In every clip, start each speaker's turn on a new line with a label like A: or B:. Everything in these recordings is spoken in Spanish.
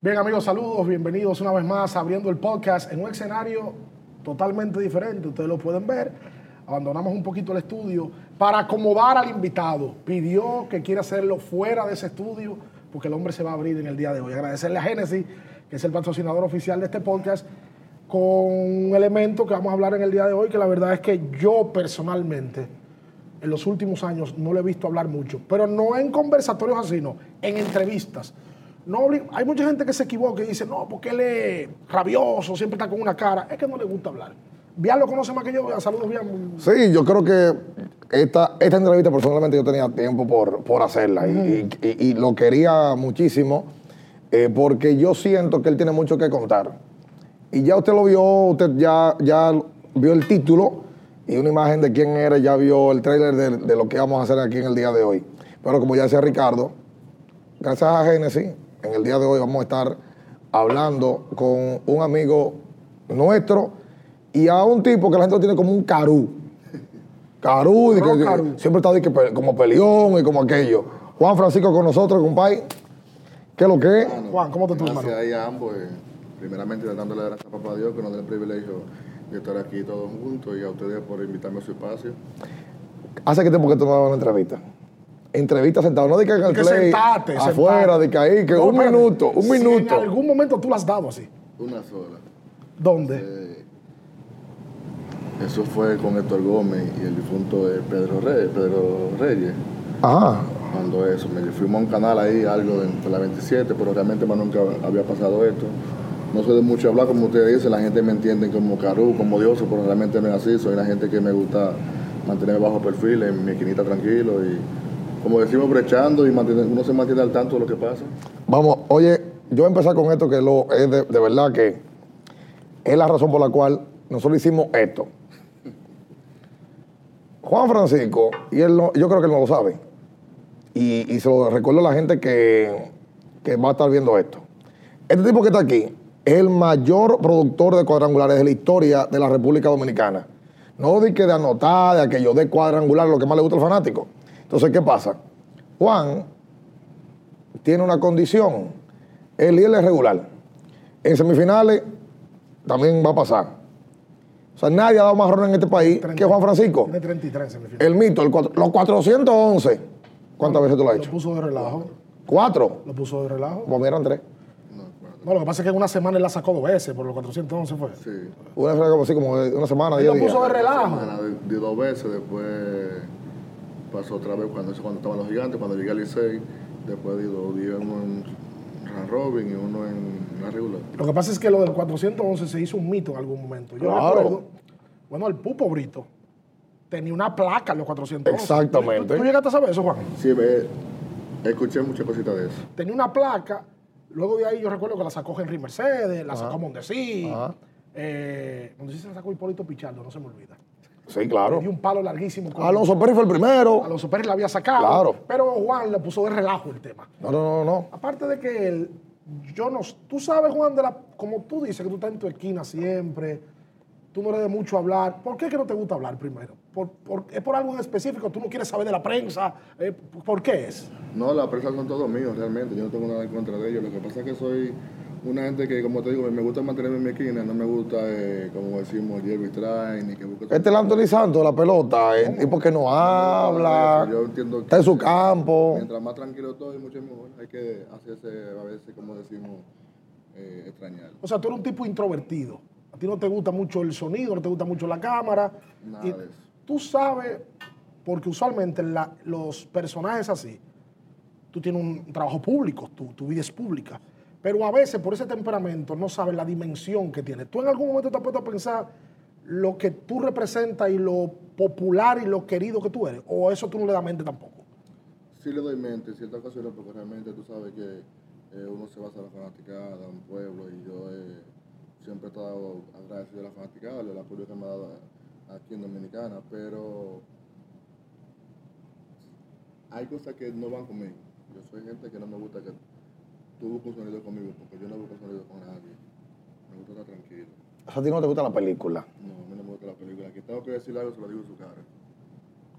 A: bien amigos, saludos, bienvenidos una vez más abriendo el podcast en un escenario totalmente diferente, ustedes lo pueden ver. Abandonamos un poquito el estudio para acomodar al invitado. Pidió que quiere hacerlo fuera de ese estudio porque el hombre se va a abrir en el día de hoy. Agradecerle a Génesis, que es el patrocinador oficial de este podcast, con un elemento que vamos a hablar en el día de hoy, que la verdad es que yo personalmente en los últimos años no le he visto hablar mucho, pero no en conversatorios así, no, en entrevistas. No, obli- hay mucha gente que se equivoca y dice, no, porque él es rabioso, siempre está con una cara. Es que no le gusta hablar. Bian lo conoce más que yo, Bian, saludos bien.
B: Sí, yo creo que esta, esta entrevista personalmente yo tenía tiempo por, por hacerla y- y, y- y lo quería muchísimo eh, porque yo siento que él tiene mucho que contar. Y ya usted lo vio, usted ya, ya vio el título y una imagen de quién era, ya vio el tráiler de, de lo que vamos a hacer aquí en el día de hoy. Pero como ya decía Ricardo, gracias a Genesis, en el día de hoy vamos a estar hablando con un amigo nuestro y a un tipo que la gente lo tiene como un carú. Carú, de que-
A: Pro
B: de-
A: carú.
B: siempre está de que pe- como peleón y como aquello. Juan Francisco con nosotros, compadre. ¿Qué es lo que es?
A: Juan, ¿cómo te tú,
C: Gracias
A: hermano?
C: ahí a ambos. eh, primeramente, dándole las gracias a papá Dios que nos da el privilegio de estar aquí todos juntos y a ustedes por invitarme a su espacio.
B: ¿Hace qué tiempo que tú no dabas una entrevista? Entrevista sentado, no de que en el
A: Que
B: play,
A: sentate,
B: afuera,
A: sentate.
B: de que ahí, que
A: No,
B: un
A: espérate.
B: minuto, un
A: Si
B: minuto.
A: en algún momento tú las has dado así.
C: Una sola.
A: ¿Dónde?
C: Eh, eso fue con Héctor Gómez y el difunto eh, Pedro, Re- Pedro Reyes.
B: Ajá.
C: Cuando eso, me fuimos a un canal ahí, algo en la 27, pero realmente más nunca había pasado esto. No soy de mucho hablar, como ustedes dicen, la gente me entiende como Carú, como Dioso, pero realmente no es así. Soy una gente que me gusta mantenerme bajo perfil, en mi esquinita tranquilo y, como decimos, brechando y mantener- uno se mantiene al tanto de lo que pasa.
B: Vamos, oye, yo voy a empezar con esto que lo, es de, de verdad que es la razón por la cual nosotros hicimos esto. Juan Francisco, y él no- yo creo que él no lo sabe, y, y se lo recuerdo a la gente que, que va a estar viendo esto. Este tipo que está aquí es el mayor productor de cuadrangulares de la historia de la República Dominicana. No di que de anotar, de aquello, de cuadrangular, lo que más le gusta al fanático. Entonces, ¿qué pasa? Juan tiene una condición. El IL es regular. En semifinales también va a pasar. O sea, nadie ha dado más ron en este país que Juan Francisco.
A: Tiene 33 en
B: El mito, el cuatro- los 411. ¿Cuántas veces tú lo has
A: Lo
B: hecho?
A: puso de relajo.
B: Cuatro.
A: Lo puso de relajo.
B: Como eran tres.
A: No, lo que pasa es que en una semana él la sacó dos veces, por los 411 fue.
C: Sí.
B: Una vez como así, como de una semana,
A: Él
B: diez
A: lo
B: días.
A: puso de relajo.
C: Semana de, de dos veces, después pasó otra vez cuando, cuando estaban los gigantes, cuando llegué al Licey, después de dos días uno en Round Robin y uno en la regular.
A: Lo que pasa es que lo del 411 se hizo un mito en algún momento. Yo
B: Claro.
A: recuerdo, bueno, el Pupo Brito tenía una placa en los 411.
B: Exactamente.
A: ¿Tú, tú llegaste a saber eso, Juan?
C: Sí, ve, escuché muchas cositas de eso.
A: Tenía una placa, luego de ahí yo recuerdo que la sacó Henry Mercedes, la sacó Mondesi,
B: Ajá.
A: eh, Mondesi se la sacó Hipólito Pichardo, no se me olvida.
B: Sí, claro.
A: Y un palo larguísimo con
B: Alonso Pérez fue el primero.
A: Alonso Pérez la había sacado,
B: Claro.
A: pero Juan le puso de relajo el tema.
B: No, no, no, no.
A: Aparte de que él, yo no, tú sabes, Juan, de la, como tú dices, que tú estás en tu esquina siempre, tú no eres de mucho hablar. ¿Por qué es que no te gusta hablar primero? ¿Por, por- es por algo en específico? ¿Tú no quieres saber de la prensa? Eh, ¿Por qué es?
C: No, las presas son todos míos, realmente. Yo no tengo nada en contra de ellos. Lo que pasa es que soy una gente que, como te digo, me gusta mantenerme en mi esquina. No me gusta, eh, como decimos, Jerry Strain, ni que busque...
B: Este es el Anthony Santos, la pelota, el tipo que no habla,
C: Yo entiendo que-
B: está en su campo.
C: Mientras más tranquilo estoy, mucho mejor. Hay que hacerse, a veces, como decimos, eh, extrañar.
A: O sea, tú eres un tipo introvertido. A ti no te gusta mucho el sonido, no te gusta mucho la cámara.
C: Nada de eso.
A: Tú sabes, porque usualmente la- los personajes así, tú tienes un trabajo público, tu, tu vida es pública. Pero a veces por ese temperamento no sabes la dimensión que tiene. Tú en algún momento te has puesto a pensar lo que tú representas y lo popular y lo querido que tú eres. O eso tú no le das mente tampoco.
C: Sí le doy mente en ciertas ocasiones porque realmente tú sabes que eh, uno se basa en la fanaticada, en un pueblo, y yo eh, siempre he estado agradecido a la fanaticada, el apoyo que me ha dado a- aquí en Dominicana, pero hay cosas que no van conmigo. Yo soy gente que no me gusta que tú busques un sonido conmigo porque yo no busco un sonido con nadie. Me gusta estar tranquilo.
B: O sea, a ti no te gusta la película.
C: No, a mí no me gusta la película. Que tengo que decir algo, se lo digo en su cara.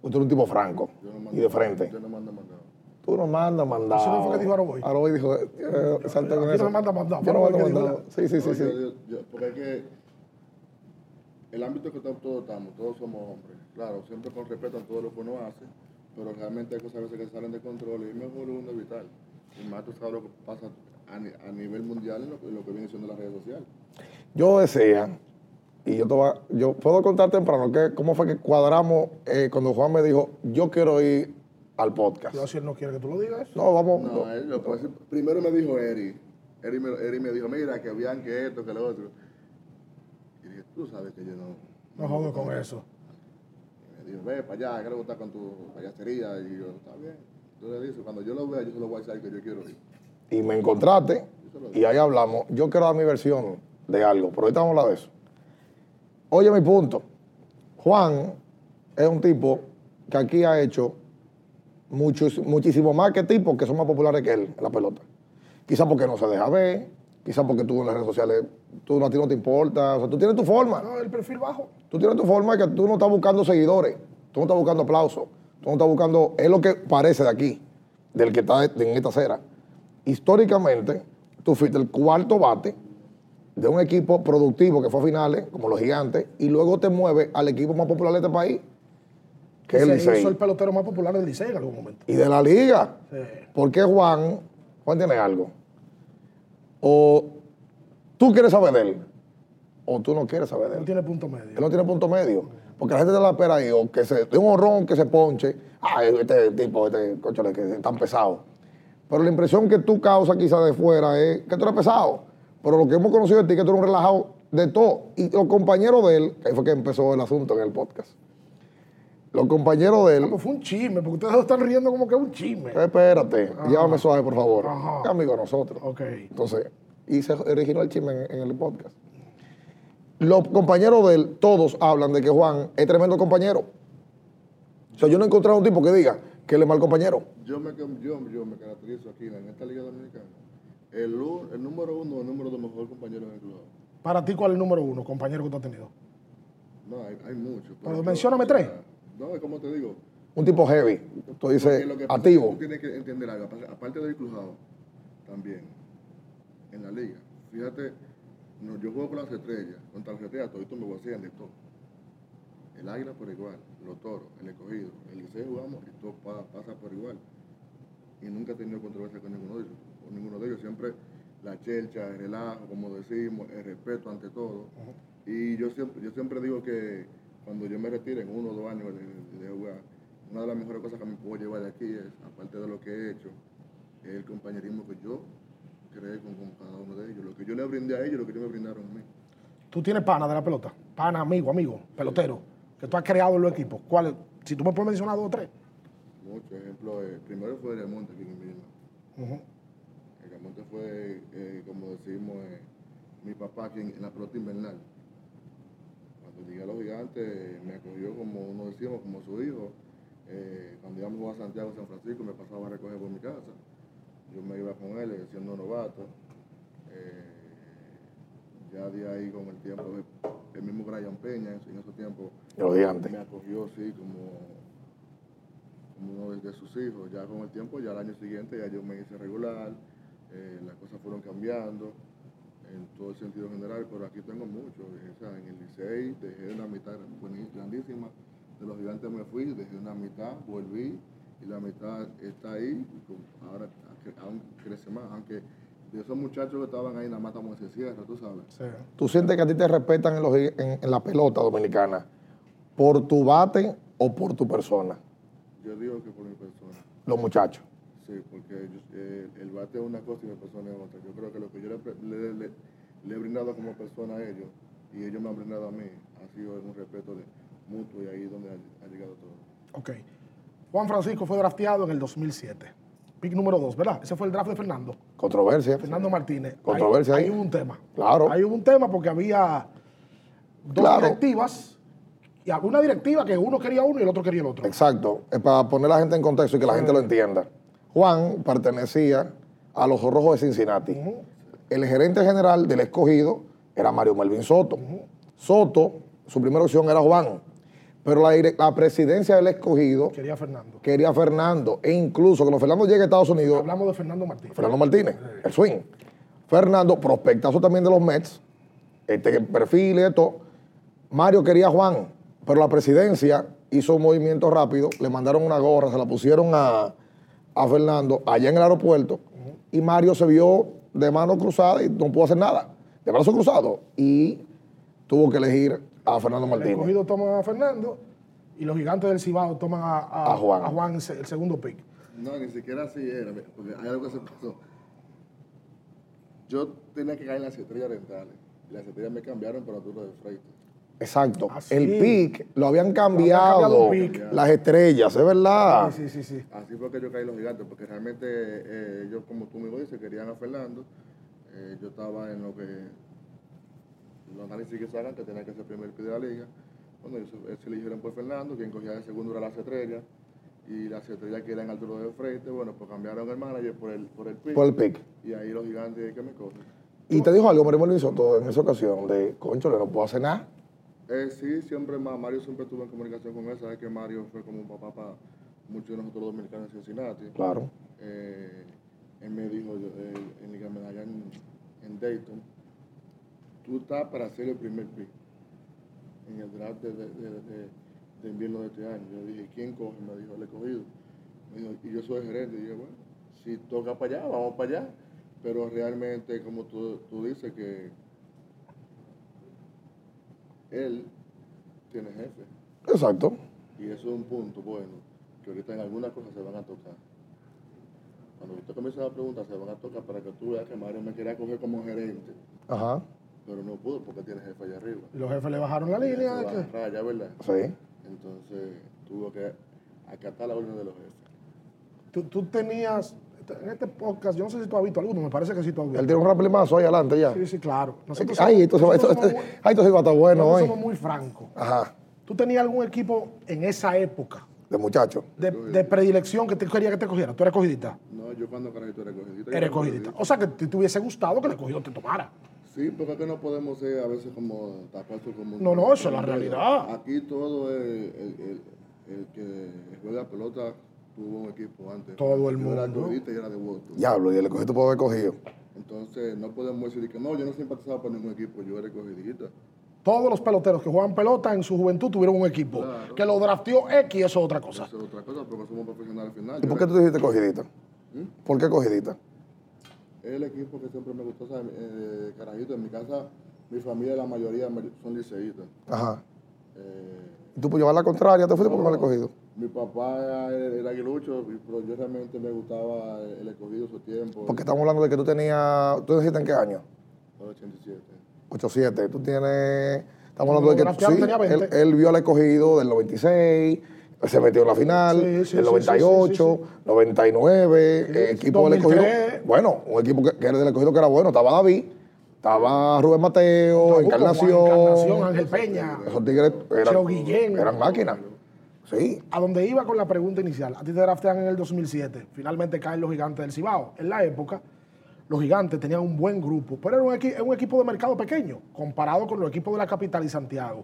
B: Usted es un tipo franco
C: Yo no mando
B: y de frente.
C: Yo no mando mandado.
B: Tú no mandas mandado.
A: Eso no fue que dijo Aroboy.
B: Aroboy dijo, eh, salta con
A: Aquí no
B: eso.
A: me manda mandado.
B: Yo no
A: Aroboy
B: mando
A: que dijo-
B: mandado. Sí, sí, sí,
C: No,
B: sí.
C: yo- yo- yo- porque es que el ámbito que estamos- todos estamos, todos somos hombres. Claro, siempre con respeto a todo lo que uno hace, pero realmente hay cosas a veces que salen de control y es mejor uno evitar. Y más tú sabes lo que pasa a, ni- a nivel mundial en lo, que- en lo que viene siendo las redes sociales.
B: Yo decía, y yo te va, yo puedo contar temprano que cómo fue que cuadramos eh, cuando Juan me dijo, yo quiero ir al podcast.
A: Cuidado si él no quiere que tú lo digas.
B: No, vamos.
C: No,
B: no.
C: él lo puede decir. primero me dijo Eri. Eri me, Eri me dijo, mira, que vean que esto, que lo otro. Y dije, tú sabes que yo no...
A: No jodo con eso.
C: Me dijo, ve para allá, creo que estás con tu payasería. Y yo, está bien. Tú le dices, cuando yo lo vea, yo se lo voy a decir que yo quiero ir.
B: Y me encontraste y ahí hablamos. Yo quiero dar mi versión de algo, pero ahorita vamos a hablar de eso. Oye mi punto. Juan es un tipo que aquí ha hecho muchos, muchísimo más que tipos que son más populares que él en la pelota. Quizás porque no se deja ver, quizás porque tú en las redes sociales, tú a ti no te importa, o sea, tú tienes tu forma.
A: No, el perfil bajo.
B: Tú tienes tu forma que tú no estás buscando seguidores, tú no estás buscando aplausos, tú no estás buscando. Es lo que parece de aquí, del que está de- en esta acera. Históricamente, tú fuiste el cuarto bate de un equipo productivo que fue a finales, como los Gigantes, y luego te mueves al equipo más popular de este país, que es el
A: se
B: Licey.
A: hizo el pelotero más popular del Licey en algún momento.
B: Y de la liga.
A: Sí.
B: ¿Por qué Juan? Juan tiene algo. O tú quieres saber de él, o tú no quieres saber de él.
A: No tiene punto medio.
B: Él no tiene punto medio. Porque la gente te la espera ahí, o que se de un horrón que se ponche. Ah, este tipo, este cochole, que es tan pesado. Pero la impresión que tú causas quizás de fuera es que tú eres pesado. Pero lo que hemos conocido de ti es que tú eres un relajado de todo. Y los compañeros de él, que ahí fue que empezó el asunto en el podcast. Los compañeros de él.
A: Pues fue un chisme, porque ustedes están riendo como que es un chisme.
B: Eh. Espérate, llévame suave, por favor.
A: Ajá.
B: Que amigo de nosotros.
A: Ok.
B: Entonces, y se originó el chisme en, en el podcast. Los compañeros de él, todos hablan de que Juan es tremendo compañero. O sea, yo no he encontrado un tipo que diga que él es mal compañero.
C: Yo me, cam- yo, yo me caracterizo aquí en esta Liga Dominicana. El, u- el número uno, el número de mejor compañero en el club.
A: Para ti, ¿cuál es el número uno, compañero que tú has tenido?
C: No, hay, hay muchos.
A: Pero
C: yo-
A: mencióname tres.
C: No, es como te digo.
B: Un tipo heavy. Tú dices,
A: Eh,
C: que lo que pasa es que
B: activo.
C: Tú tienes que entender algo. aparte- Aparte del cruzado, también, en la liga. Fíjate, no, yo juego con las estrellas. Contra las estrellas, todito me vacían de todo. El águila por igual, los toros, el escogido, el liceo jugamos y todo pa- pasa por igual. Y nunca he tenido controversia con ninguno de ellos. Con ninguno de ellos. Siempre la chelcha, el relajo, como decimos, el respeto ante todo. Y yo siempre, yo siempre digo que cuando yo me retire en uno o dos años de, de jugar, una de las mejores cosas que me puedo llevar de aquí es, aparte de lo que he hecho, es el compañerismo que yo creé con, con cada uno de ellos. Lo que yo le brindé a ellos, lo que ellos me brindaron a mí.
A: Tú tienes pana de la pelota. Pana, amigo, amigo, pelotero, que tú has creado en los equipos. ¿Cuál? Si tú me puedes mencionar dos o tres.
C: Mucho ejemplo, eh, primero fue el monte aquí en Vilma.
A: Ujú.
C: El Camonte fue, eh, como decimos, eh, mi papá que en, en la pelota invernal. Cuando llegué a los gigantes, eh, me acogió como uno decíamos, como su hijo. Eh, cuando íbamos a jugar a Santiago, San Francisco, me pasaba a recoger por mi casa. Yo me iba con él, eh, siendo novato. Eh, ya de ahí, con el tiempo, eh, el mismo Brian Peña, en, en esos tiempos,
B: De los gigantes.
C: me acogió, sí, como como uno de sus hijos. Ya con el tiempo, ya el año siguiente, ya yo me hice regular, eh, las cosas fueron cambiando en todo el sentido general, pero aquí tengo mucho. eh, o sea, en el Licey dejé una mitad bueni- grandísima, de los gigantes me fui, dejé una mitad, volví y la mitad está ahí, y con- ahora cre- aún crece más, aunque de esos muchachos que estaban ahí, nada más estamos en cierra, tú sabes.
A: Sí.
B: ¿Tú sientes que a ti te respetan en, los- en- en la pelota dominicana por tu bate o por tu persona?
C: Yo digo que por mi persona.
B: Los muchachos.
C: Sí, porque yo- eh, el bate es una cosa y mi persona es otra. Yo creo que lo que yo le, pre- le- le- le he brindado como persona a ellos y ellos me han brindado a mí ha sido un respeto de- mutuo y ahí es donde ha, ha llegado todo.
A: Ok. Juan Francisco fue drafteado en el 2007. Pick número dos, ¿verdad? Ese fue el draft de Fernando.
B: Controversia.
A: Fernando Martínez.
B: Controversia
A: ahí.
B: ahí.
A: hubo un tema.
B: Claro.
A: Ahí hubo un tema porque había dos
B: Claro.
A: directivas. Y alguna directiva que uno quería uno y el otro quería el otro.
B: Exacto, es para poner a la gente en contexto y que la gente lo entienda. Juan pertenecía a los Rojos de Cincinnati. El gerente general del escogido era Mario Melvin Soto. Soto, su primera opción era Juan. Pero la, dire- la presidencia del escogido
A: Quería a Fernando.
B: quería a Fernando. E incluso cuando Fernando llegue a Estados Unidos,
A: Hablamos de Fernando Martín.
B: Fernando Martínez, el swing. Fernando, prospectazo también de los Mets, este perfil y esto. Mario quería a Juan, pero la presidencia hizo un movimiento rápido, le mandaron una gorra, se la pusieron a, a Fernando allá en el aeropuerto y Mario se vio de mano cruzada y no pudo hacer nada, de brazo cruzado y tuvo que elegir a Fernando
A: El
B: Martínez.
A: escogido toma a Fernando y los gigantes del Cibao toman a, a-
B: A Juan.
A: a Juan el se- el segundo pick.
C: No, ni siquiera así era, mira, porque hay algo que se pasó. Yo tenía que caer en las estrellas orientales. Y las estrellas me cambiaron para Arturo de Freitas.
B: Exacto.
A: Ah, sí.
B: El pick lo habían
A: cambiado
B: cambiado,
A: un pick.
B: las estrellas, es verdad.
A: Sí, sí, sí. sí.
C: Así fue que yo caí en los gigantes, porque realmente eh, ellos, como tú mismo dices, querían a Fernando. Eh, yo estaba en lo que los análisis que sacan, que tenía que ser primer pie de la liga. Bueno, ellos ellos se eligieron por Fernando, quien cogía de segundo era las estrellas. Y las estrellas que eran Arturo de Freitas, bueno, pues cambiaron el manager por el, por el pick.
B: Por el pick.
C: Y ahí los gigantes que me cogen.
B: Y te dijo algo, Mario Soto en esa ocasión, de, concho, no puedo hacer nada.
C: Eh, sí, siempre, ma- Mario siempre estuvo en comunicación con él. Sabes que Mario fue como un papá para muchos de nosotros los dominicanos en Cincinnati.
B: Claro.
C: Eh, él me dijo, yo, él- en Liga Medalla en, en Dayton, tú estás para ser el primer pick en el draft de, de- de- de- de invierno de este año. Yo dije, ¿quién coge? Me dijo, el escogido. Me dijo, y yo soy gerente. Y dije, bueno, si toca para allá, vamos para allá. Pero realmente, como tú, tú dices, que él tiene jefe.
B: Exacto.
C: Y eso es un punto bueno, que ahorita en algunas cosas se van a tocar. Cuando usted comienza a preguntar, se van a tocar para que tú veas que Mario me quería coger como gerente,
B: Ajá.
C: pero no pudo porque tiene jefe allá arriba.
A: Y los jefes le bajaron la línea.
C: Ya se
A: de
C: va a
A: que-
C: raya, ¿verdad?
B: Sí.
C: Entonces tuvo que acatar la orden de los jefes.
A: Tú, tú tenías, en este podcast, yo no sé si tú has visto alguno, me parece que sí tú has
B: Él
A: visto.
B: tiene un raplimazo ahí adelante ya.
A: Sí, sí, claro. Nosotros
B: Ay, esto se va, esto,
A: nosotros
B: esto-
A: somos muy-
B: ay, esto se va a estar bueno
A: nosotros
B: hoy.
A: somos muy francos.
B: Ajá.
A: ¿Tú tenías algún equipo en esa época
B: De muchacho.
A: de, de predilección que te quería que te cogiera? ¿Tú eres cogidita?
C: No, yo cuando carajito era cogidito. yo
A: Eres
C: era
A: cogidita. O sea, que te, te hubiese gustado que el cogido te tomara.
C: Sí, porque es que no podemos ser a veces como taparse como un-
A: No, no, eso es la realidad.
C: Aquí todo el, el- el- el que juega pelota tuvo un equipo antes.
A: Todo el
C: Yo Era
A: mundo.
C: cogidita y era de Boston.
B: Diablo, y el escogido puede haber cogido.
C: Entonces, no podemos decir que no, yo no simpatizaba por ningún equipo, yo era cogidita.
A: Todos los peloteros que juegan pelota en su juventud tuvieron un equipo. Que lo drafteó X, eso es otra cosa.
C: Eso es otra cosa, porque somos profesionales al final.
B: ¿Y
C: Yo
B: por qué
C: era-
B: tú dijiste cogidita?
C: ¿Mm?
B: ¿Por qué cogidita?
C: el equipo que siempre me gustó, ¿sabes? Eh, carajito, en mi casa, mi familia, la mayoría me- son liceístas.
B: Ajá.
C: Eh,
B: ¿Y tú por llevar la contraria te fuiste por
C: No.
B: mal escogido?
C: mi papá era, era aguilucho, pero yo realmente me gustaba el escogido su tiempo,
B: Porque estamos hablando de que tú tenías... ¿Tú naciste en qué año?
C: el 87.
B: 87. Tú tienes... Estamos
A: Cuando
B: hablando de que
A: draftearon
B: sí,
A: tenía 20.
B: él, él vio al escogido del 96, se metió en la final,
A: Sí, sí,
B: del
A: sí,
B: 98,
A: sí,
B: 99, eh, equipo del
A: 2003.
B: escogido. Bueno, un equipo que, que era del escogido que era bueno. Estaba David, estaba Rubén Mateo, Encarnación.
A: Encarnación, Ángel Peña.
B: Esos tigres
A: Cheo
B: eran,
A: Guillén.
B: eran máquinas. Sí.
A: A donde iba con la pregunta inicial. A ti te draftean en el 2007. Finalmente caen los gigantes del Cibao. En la época, los gigantes tenían un buen grupo, pero era un, equi- era un equipo de mercado pequeño comparado con los equipos de la capital y Santiago.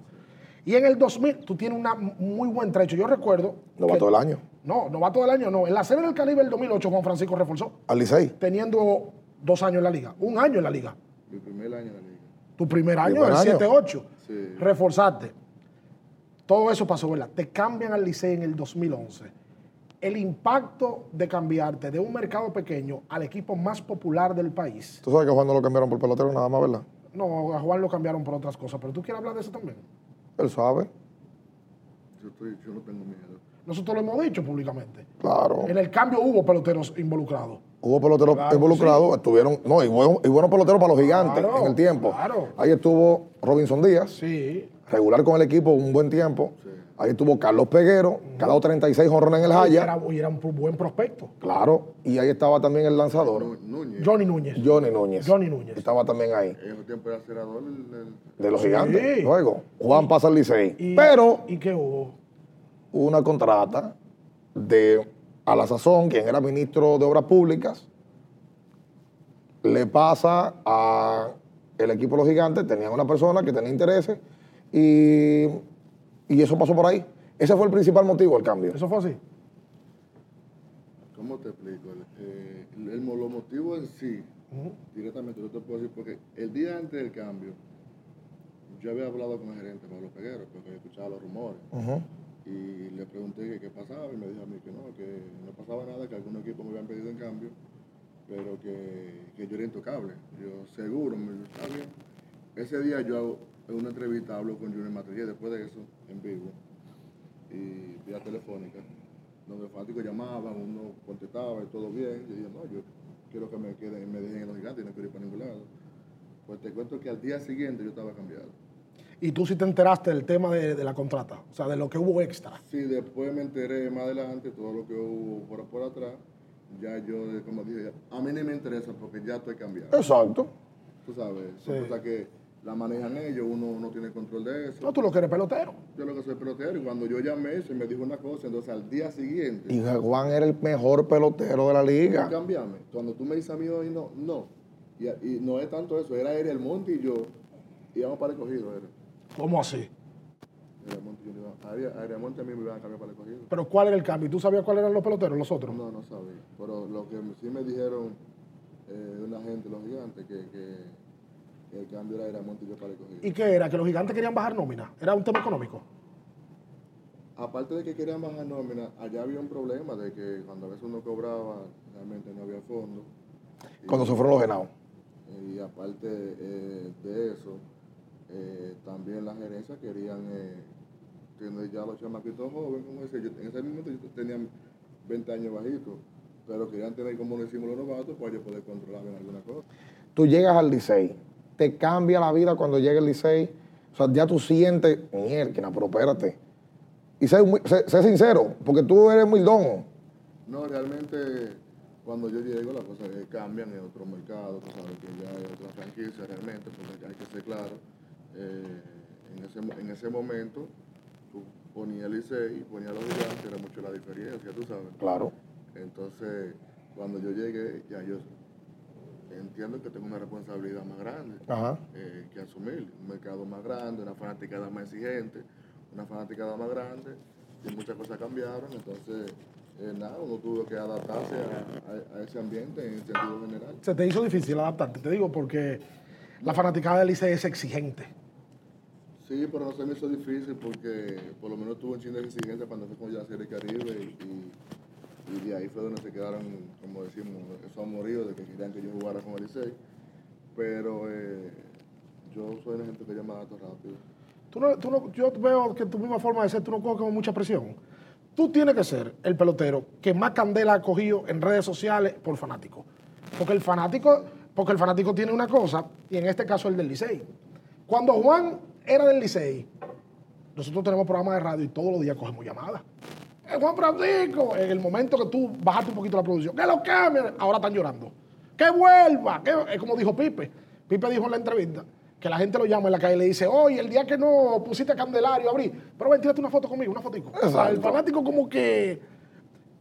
A: Y en el 2000, tú tienes un muy buen trecho. Yo recuerdo.
B: Lo va
A: que-
B: todo el año.
A: No, no va todo el año, no. En la serie del Caribe del 2008, Juan Francisco reforzó,
B: Al Licey.
A: teniendo dos años en la liga, un año en la liga.
C: Mi primer año en la liga.
A: Tu primer año,
B: Primer
A: el
B: año.
A: 7-8.
C: Sí.
A: Reforzaste. Todo eso pasó, ¿verdad? Te cambian al Licey en el 2011. El impacto de cambiarte de un mercado pequeño al equipo más popular del país.
B: Tú sabes que Juan no lo cambiaron por pelotero nada más, ¿verdad?
A: No, a Juan lo cambiaron por otras cosas, pero tú quieres hablar de eso también.
B: Él sabe.
C: Yo, estoy, yo no tengo miedo.
A: Nosotros lo hemos dicho públicamente.
B: Claro.
A: En el cambio hubo peloteros involucrados.
B: Hubo peloteros
A: Claro,
B: involucrados, estuvieron, no, y buenos, y buenos peloteros para los gigantes
A: Claro,
B: en el tiempo.
A: claro.
B: Ahí estuvo Robinson Díaz,
A: Sí.
B: regular con el equipo un buen tiempo. Ahí estuvo Carlos Peguero, que ha dado 36 jonrones en el
A: Y
B: Haya.
A: era, y era un buen prospecto.
B: Claro, y ahí estaba también el lanzador,
C: Nu- Núñez,
A: Johnny Núñez.
B: Johnny Núñez.
A: Johnny Núñez.
B: Estaba también ahí,
C: en ese tiempo era cerrador. el- el-
B: de los
A: Sí.
B: gigantes. Luego, Juan pasa al Licey. Pero
A: ¿Y qué hubo?
B: hubo una contrata de a la sazón, quien era ministro de Obras Públicas, le pasa a el equipo de los gigantes, tenían una persona que tenía intereses y Y eso pasó por ahí. Ese fue el principal motivo del cambio.
A: Eso fue así.
C: ¿Cómo te explico? Eh, el, el mo- lo motivo en sí, directamente yo te puedo decir, porque el día antes del cambio, yo había hablado con el gerente Pablo Peguero, porque escuchaba los rumores. Y le pregunté que qué pasaba, y me dijo a mí que no, que no pasaba nada, que algún equipo me habían pedido en cambio, pero que, que yo era intocable. Yo, seguro, me dijo, está bien. Ese día yo hago una entrevista, hablo con Junior Matrillé, después de eso, en vivo y vía telefónica, donde fanáticos llamaban, uno contestaba y todo bien. Yo dije, no, yo quiero que me queden y me dejen en los gigantes y no quiero ir para ningún lado. Pues te cuento que al día siguiente yo estaba cambiado.
A: Y tú sí te enteraste del tema de, de la contrata, o sea, de lo que hubo extra.
C: Sí, después me enteré más adelante todo lo que hubo por, por atrás. Ya yo, eh, como dije, a mí ni me interesa porque ya estoy cambiado.
B: Exacto.
C: Tú sabes, son cosas que la manejan ellos, uno no tiene control de eso.
A: No, tú lo que eres pelotero.
C: Yo lo que soy pelotero y cuando yo llamé, se me dijo una cosa, entonces al día siguiente...
B: Y Juan era el mejor pelotero de la liga.
C: Cambiame. Cuando tú me dices a mí hoy, no, no. Y, y no es tanto eso, era él, el Monte y yo. Íbamos para el cogido, era.
A: ¿Cómo así?
C: Era el Monte y yo. iba- A Ariel- a Ariel Monte a mí me iban a cambiar para el cogido.
A: Pero ¿cuál era el cambio? ¿Tú sabías cuáles eran los peloteros, los otros?
C: No, no sabía. Pero lo que sí me dijeron eh, una gente, los gigantes, que, que el cambio era Ariel Monte y yo para el cogido.
A: ¿Y qué era? ¿Que los gigantes querían bajar nómina? ¿Era un tema económico?
C: Aparte de que querían bajar nómina, allá había un problema de que cuando a veces uno cobraba, realmente no había fondo.
B: Cuando se fueron los genados.
C: Y aparte eh, de eso, eh, también la gerencia querían eh, tener ya los chamaquitos jóvenes, como decía, yo, en ese momento yo tenía 20 años bajitos, pero querían tener como decimos los novatos para yo poder controlar bien alguna cosa.
B: Tú llegas al Licey, te cambia la vida cuando llega el Licey. O sea, ya tú sientes, mierda, pero espérate. Y sé, muy- sé- sé sincero, porque tú eres muy don.
C: No, realmente cuando yo llego las cosas eh, cambian en otro mercado, tú sabes que ya hay otra franquicia realmente, porque hay que ser claro. eh, en, ese, mo- en ese momento, tú ponías el Licey y ponías los gigantes, era mucho la diferencia, tú sabes.
B: Claro.
C: Entonces, cuando yo llegué, ya yo entiendo que tengo una responsabilidad más grande
B: Ajá.
C: eh, que asumir. Un mercado más grande, una fanaticada más exigente, una fanaticada más grande, y muchas cosas cambiaron. Entonces, eh, nada, uno tuvo que adaptarse a, a- a ese ambiente en sentido general.
A: Se te hizo difícil adaptarte, te digo, porque la fanaticada del ICE es exigente.
C: Sí, pero no se me hizo difícil porque por lo menos tuve un chingo de exigencia cuando fue con Yacer y Caribe y, y de ahí fue donde se quedaron, como decimos, esos amoríos de que querían que yo jugara con el Licey. Pero eh, yo soy una gente que llama datos rápido.
A: Tú no, tú no- yo veo que tu misma forma de ser, tú no coges como mucha presión. Tú tienes que ser el pelotero que más candela ha cogido en redes sociales por fanático. Porque el fanático, porque el fanático tiene una cosa, y en este caso el del Licey. Cuando Juan era del Licey, nosotros tenemos programas de radio y todos los días cogemos llamadas. Eh, Juan Francisco, en el momento que tú bajaste un poquito la producción, que lo cambien, ahora están llorando. Que vuelva, que, es como dijo Pipe. Pipe dijo en la entrevista que la gente lo llama en la calle y le dice, oye, el día que no pusiste Candelario, abrí, pero ven, tírate una foto conmigo, una fotico. O sea, el
B: Exacto.
A: fanático como que,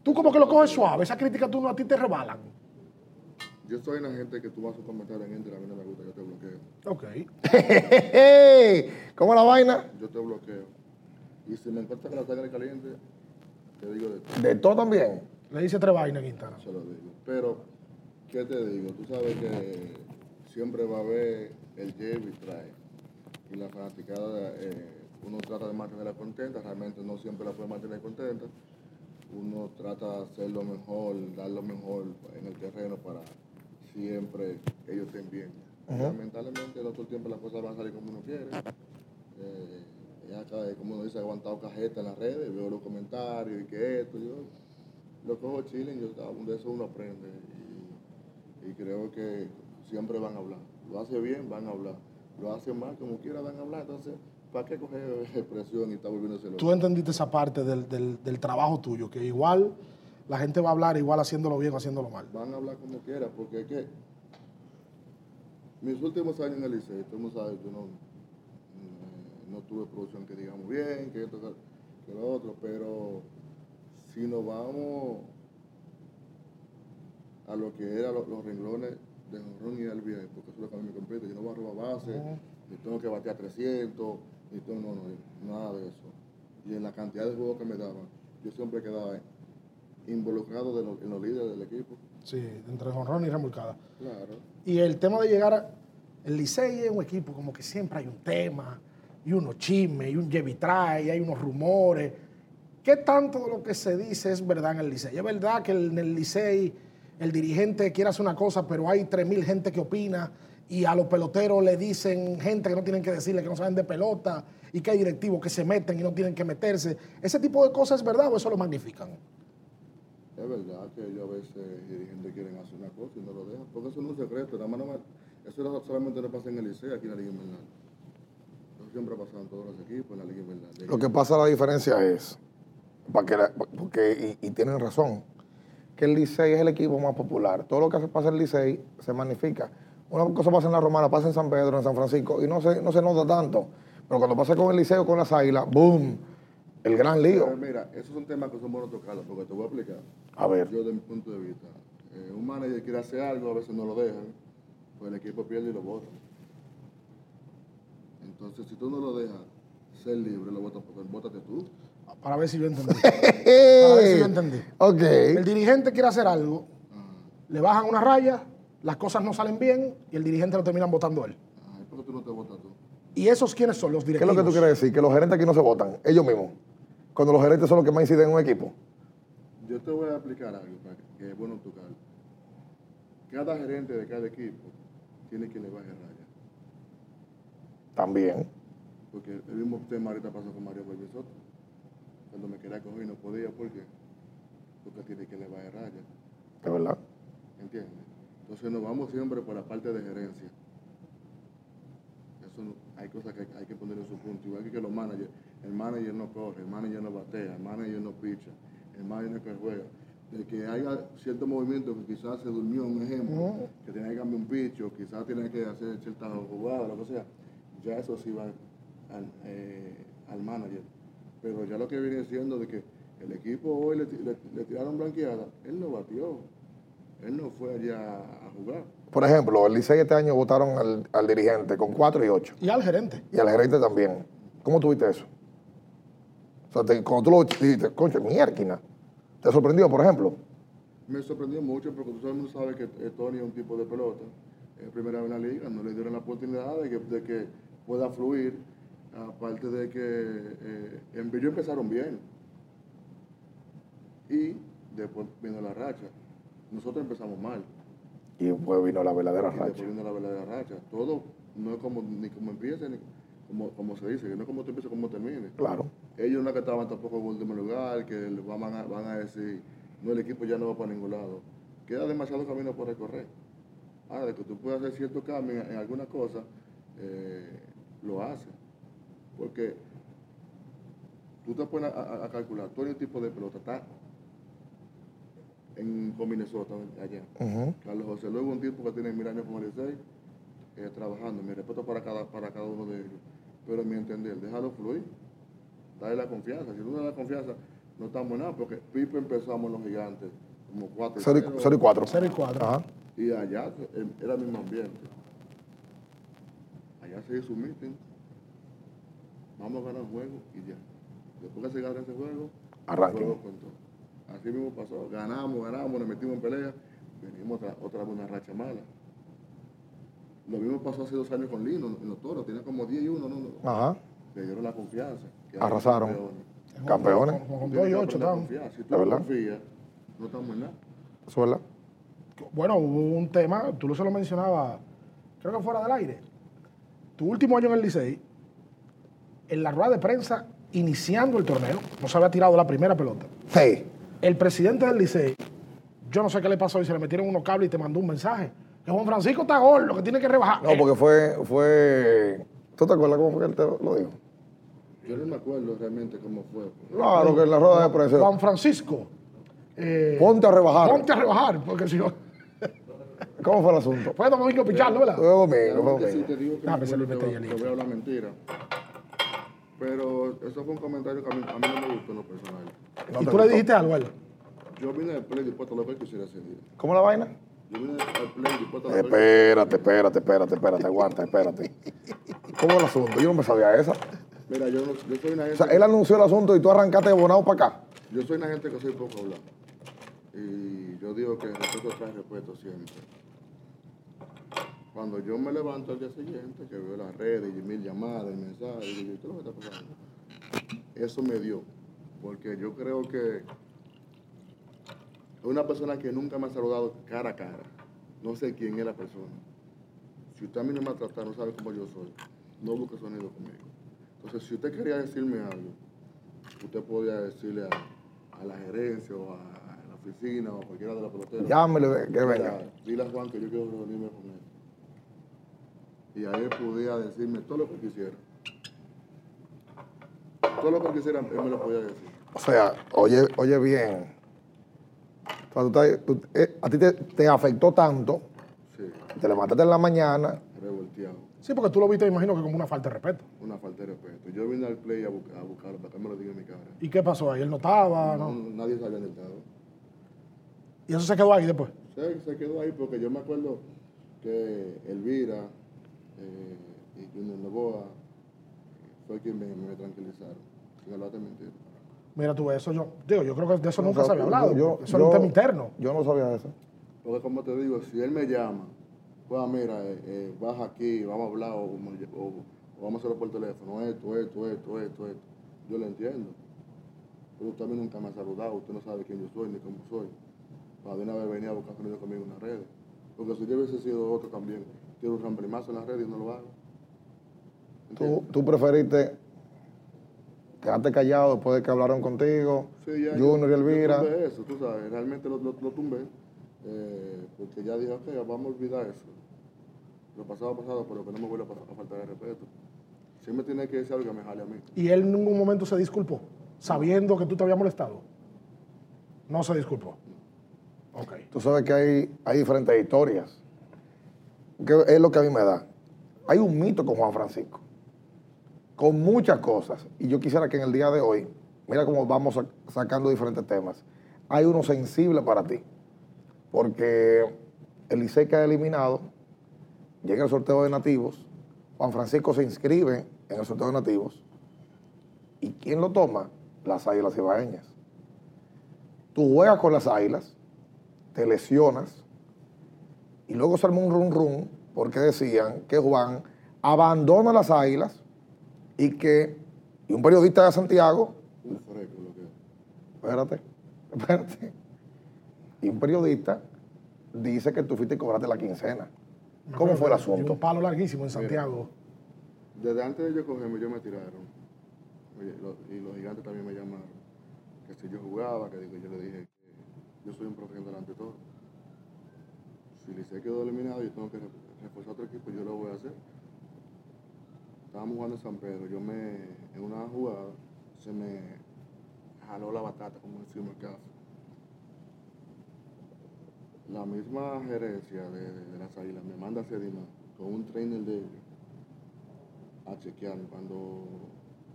A: tú como que lo coges suave, esa crítica tú no a ti te rebalan.
C: Yo soy una gente que tú vas a un comentario en Instagram, a mí no me gusta, yo te bloqueo.
A: Ok.
B: ¿Cómo la vaina?
C: Yo te bloqueo. Y si me encuentras con la sangre caliente, te digo de todo.
B: De todo también.
A: Le dice tres vainas en Instagram.
C: se lo digo. Pero, ¿qué te digo? Tú sabes que siempre va a haber el lleve y trae. Y la fanaticada, eh, uno trata de mantenerla contenta, realmente no siempre la puede mantener contenta. Uno trata de hacer lo mejor, dar lo mejor en el terreno para siempre que ellos estén bien. Lamentablemente, el otro tiempo las cosas van a salir como uno quiere. Eh, ya acá, eh, como uno dice, he aguantado cajeta en las redes, veo los comentarios y que esto, y yo lo cojo chile, yo ah, de eso uno aprende y, y creo que siempre van a hablar. Lo hace bien, van a hablar. Lo hace mal, como quiera, van a hablar. Entonces, ¿para qué coger presión y estar volviéndose loco?
A: Tú entendiste esa parte del, del- del trabajo tuyo, que igual la gente va a hablar igual haciéndolo bien o haciéndolo mal.
C: Van a hablar como quiera, porque es que mis últimos años en el liceo, tú no sabes, yo no, eh, no tuve producción que digamos bien, que esto, que- que lo otro, pero si nos vamos a lo que eran lo- los renglones de Ron y Albier, porque eso es lo que a mí me compete, yo no voy a robar bases, ni tengo que batear 300, ni tengo, no, no, nada de eso. y en la cantidad de juegos que me daban, yo siempre quedaba eh, involucrado de lo- en los líderes del equipo.
A: Sí, entre jonrón y remolcada.
C: Claro.
A: Y el tema de llegar a. El Licey es un equipo como que siempre hay un tema, y unos chismes, y un llevitrae, y hay unos rumores. ¿Qué tanto de lo que se dice es verdad en el Licey? ¿Es verdad que el- en el Licey el dirigente quiere hacer una cosa, pero hay 3.000 gente que opina y a los peloteros le dicen gente que no tienen que decirle, que no saben de pelota y que hay directivos que se meten y no tienen que meterse? ¿Ese tipo de cosas es verdad o eso lo magnifican?
C: Es verdad que ellos a veces dirigentes quieren hacer una cosa y no lo dejan, porque eso no es un secreto, nada más no me- eso no- solamente no pasa en el liceo, aquí en la Liga Invernal. Eso siempre ha pasado en todos los equipos, en la Liga Invernal.
B: Lo que pasa, la diferencia es, para que la- porque, y, y tienen razón, que el Licey es el equipo más popular. Todo lo que hace- pasa en el Licey se magnifica. Una cosa pasa en la Romana, pasa en San Pedro, en San Francisco, y no se, no se nota tanto. Pero cuando pasa con el Licey o con las Águilas, ¡boom! El gran lío.
C: Pero mira, esos son temas que son buenos tocarlos, porque te voy a explicar.
B: A ver.
C: Yo, desde mi punto de vista, eh, un manager quiere hacer algo, a veces no lo dejan, pues el equipo pierde y lo vota. Entonces, si tú no lo dejas ser libre, lo votas, porque vótate tú.
A: Para ver si yo entendí.
B: A
A: ver si yo entendí.
B: Ok.
A: El dirigente quiere hacer algo, le bajan una raya, las cosas no salen bien y el dirigente lo terminan votando él.
C: Ay, ¿por qué tú no te votas tú?
A: ¿Y esos quiénes son los
B: ¿Qué es
A: directivos?
B: lo que tú quieres decir? Que los gerentes aquí no se votan, ellos mismos. Cuando los gerentes son los que más inciden en un equipo.
C: Yo te voy a explicar algo para que, que es bueno tocar. Cada gerente de cada equipo tiene que le baje raya.
B: También.
C: Porque el mismo tema ahorita pasó con Mario Bello Soto. Cuando me quería coger y no podía, ¿por qué? Porque tiene que le baje raya.
B: De verdad.
C: ¿Entiendes? Entonces nos vamos siempre por la parte de gerencia. Eso no- hay cosas que hay, que poner en su punto. Igual que, que los managers, el manager no corre, el manager no batea, el manager no picha, el manager no que juega. De que haya cierto movimiento que quizás se durmió, un ejemplo, que tenía que cambiar un picho, quizás tenía que hacer ciertas jugadas, lo que sea. Ya eso sí va al, eh, al manager. Pero ya lo que viene siendo de que el equipo hoy le, ti- le- le tiraron blanqueada, él no batió. Él no fue allá a jugar.
B: Por ejemplo, el Licey este año votaron al, al dirigente con 4 y 8.
A: Y al gerente.
B: Y al gerente también. ¿Cómo tuviste eso? O sea, te- cuando tú lo dijiste, concha, mierda. ¿Te sorprendió, por ejemplo?
C: Me sorprendió mucho porque todo el mundo sabe que eh, Tony es un tipo de pelota. Es primera vez en la liga, no le dieron la oportunidad de que, de que pueda fluir. Aparte de que eh, en Bello empezaron bien. Y después vino la racha. Nosotros empezamos mal.
B: Y después vino la verdadera
C: Y
B: racha.
C: después vino la verdadera racha. Todo no es como ni como empieza ni como, como se dice, que no es como tú empiezas, como termines.
B: Claro.
C: Ellos no que estaban tampoco en último lugar, que le van a, van a decir, no, el equipo ya no va para ningún lado. Queda demasiado camino por recorrer. Ahora, de que tú puedas hacer cierto cambio en, en alguna cosa, eh, lo haces. Porque tú te pones a, a- a calcular, tú eres un tipo de pelota, está en, con Minnesota, allá.
B: Ujú.
C: Carlos José Luego un tipo que tiene mil años con el Licey, eh, trabajando. Mi respeto para cada, para cada uno de ellos. Pero en mi entender, déjalo fluir. Dale la confianza. Si tú no das la confianza, no estamos en nada. Porque Pipo empezamos los gigantes, como cuatro. y
B: 0 y,
C: cero,
B: 0 y 4.
A: 0 y 4.
B: Ajá.
C: y allá eh, era el mismo ambiente. Allá se hizo un meeting. Vamos a ganar el juego y ya. Después que se gana ese juego,
B: Arranquen.
C: luego con todo. Así mismo pasó. Ganamos, ganamos, nos metimos en pelea. Venimos otra, otra vez una racha mala. Lo mismo pasó hace dos años con Lino en los toros. Tenía como 10 y 1, no, no.
B: Ajá.
C: Le dieron la confianza. Que
B: Arrasaron.
C: eran campeones.
B: Campeones.
A: Con, con- con
C: Tú
A: dos y
C: tienes que
A: ocho,
C: aprender a
A: estaban.
C: confiar. Si tú
B: La
C: no
B: verdad.
C: confías, no estamos en nada.
B: Suela.
A: Bueno, hubo un tema, tú se lo mencionabas, creo que fuera del aire. Tu último año en el Licey, en la rueda de prensa, iniciando el torneo, no se había tirado la primera pelota.
B: Sí.
A: El presidente del Licey, yo no sé qué le pasó y se le metieron unos cables y te mandó un mensaje. Que Juan Francisco está gordo, que tiene que rebajar.
C: Eh.
B: No, porque fue, fue. ¿Tú te acuerdas cómo fue que él te lo lo dijo?
C: Yo no me acuerdo realmente cómo fue.
B: Claro, que en la rueda de prensa.
A: Juan Francisco, eh,
B: Ponte a rebajar.
A: ponte a rebajar, porque si no,
B: ¿Cómo fue el asunto?
A: fue Domingo Pichardo, ¿verdad?
B: Fue domingo, fue
C: Claro que sí,
B: domingo.
C: te digo que
A: Ah,
C: me
A: me salió
C: acuerdo,
A: el
C: te,
A: detalle,
C: te voy a hablar mentira. Pero eso fue un comentario que a mí, a mí no me gustó en lo personal.
B: No
A: y
B: te
A: tú le
B: gustó.
A: dijiste algo, ¿verdad?
C: Yo vine al play dispuesto a lo que quisiera ese día.
B: ¿Cómo la vaina?
C: Yo vine al play dispuesto a lo que
B: Espérate, espérate, espérate, espérate, aguanta, espérate. ¿Cómo el asunto? Yo no me sabía esa.
C: Mira, yo, no- yo soy una
B: O
C: gente.
B: sea, él anunció el asunto y tú arrancaste de Bonao para acá.
C: Yo soy una gente que soy poco hablado. Y yo digo que respeto trae respeto siempre. Cuando yo me levanto al día siguiente, que veo las redes y mil llamadas y mensajes, y digo, ¿qué es lo que está pasando? Eso me dio. Porque yo creo que una persona que nunca me ha saludado cara a cara, no sé quién es la persona. Si usted a mí no me ha tratado, no sabe cómo yo soy. No busque sonido conmigo. Entonces, si usted quería decirme algo, usted podía decirle a, a la gerencia o a, la oficina o a cualquiera de las peloteras.
B: Llámelo que
C: Mira,
B: venga.
C: Dile a Juan que yo quiero reunirme con él. Y a él podía decirme todo lo que quisiera. Todo lo que quisiera, él me lo podía decir.
B: O sea, oye, oye bien. O sea, tú estás- tú- eh, a ti te, te afectó tanto,
C: Sí,
B: te levantaste en la mañana.
C: revolteado.
A: Sí, porque tú lo viste, imagino que como una falta de respeto.
C: Una falta de respeto. Yo vine al play a, buscar, a buscarlo, para que me lo diga en mi cara.
A: ¿Y qué pasó ahí? Él no estaba,
C: No,
A: Ah, ¿no?
C: nadie sabía del estado.
A: Y eso se quedó ahí después.
C: se, se quedó ahí porque yo me acuerdo que Elvira eh, y Junior Novoa eh, fue quien me, me tranquilizaron. Sin hablarte mentira.
A: Mira tú, eso yo. Digo, yo creo que de eso nunca
B: O sea,
A: se había hablado.
B: yo-
A: eso era un
B: yo-
A: tema interno.
B: Yo no sabía eso.
C: Porque como te digo, si él me llama, pues mira, eh, eh, baja aquí, vamos a hablar o, o- o vamos a hacerlo por teléfono, esto, esto, esto, esto, esto. Yo lo entiendo. Pero usted a mí nunca me ha saludado, usted no sabe quién yo soy ni cómo soy. Para de una vez venir a buscar sonido conmigo en las redes. Porque si yo hubiese sido otro también, quiero un ramblimazo en las redes y no lo hago.
B: Tú, tú preferiste quedarte callado después de que hablaron contigo,
C: Sí, ya,
B: Junior y
C: yo-
B: Elvira.
C: Yo tumbé eso, tú sabes, realmente lo, lo- lo tumbé, eh, porque ya dije, ok, vamos a olvidar eso. Lo pasado, pasado, pero que no me vuelva a, pas- a faltar el respeto. Si me tiene que decir algo que me jale a mí.
A: Y él en ningún momento se disculpó, sabiendo que tú te habías molestado. No se disculpó. Ok.
B: Tú sabes que hay, hay diferentes historias. Que es lo que a mí me da. Hay un mito con Juan Francisco. Con muchas cosas. Y yo quisiera que en el día de hoy, mira cómo vamos sac- sacando diferentes temas. Hay uno sensible para ti. Porque el ICE queda eliminado, llega el sorteo de nativos, Juan Francisco se inscribe en el sorteo de nativos. ¿Y quién lo toma? Las Águilas Ibaeñas. Tú juegas con las Águilas, te lesionas y luego se armó un run run porque decían que Juan abandona las águilas y que y un periodista de Santiago,
C: Un fresco lo que es.
B: espérate, espérate, y un periodista dice que tú fuiste y cobraste la quincena.
A: Me
B: ¿Cómo
A: acuerdo
B: fue el
A: que dio
B: asunto?
A: Un palo larguísimo en Santiago.
C: Desde antes de yo cogerme, yo me tiraron. Oye, lo- y los gigantes también me llamaron. Que si yo jugaba, que digo, yo le dije que yo soy un profesional ante todo. Si Licey quedó eliminado y tengo que re- reforzar otro equipo, yo lo voy a hacer. Estábamos jugando en San Pedro. Yo me, en una jugada, se me jaló la batata, como decimos acá. La misma gerencia de, de las águilas me manda a Sedima con un trainer de ellos a chequearme. Cuando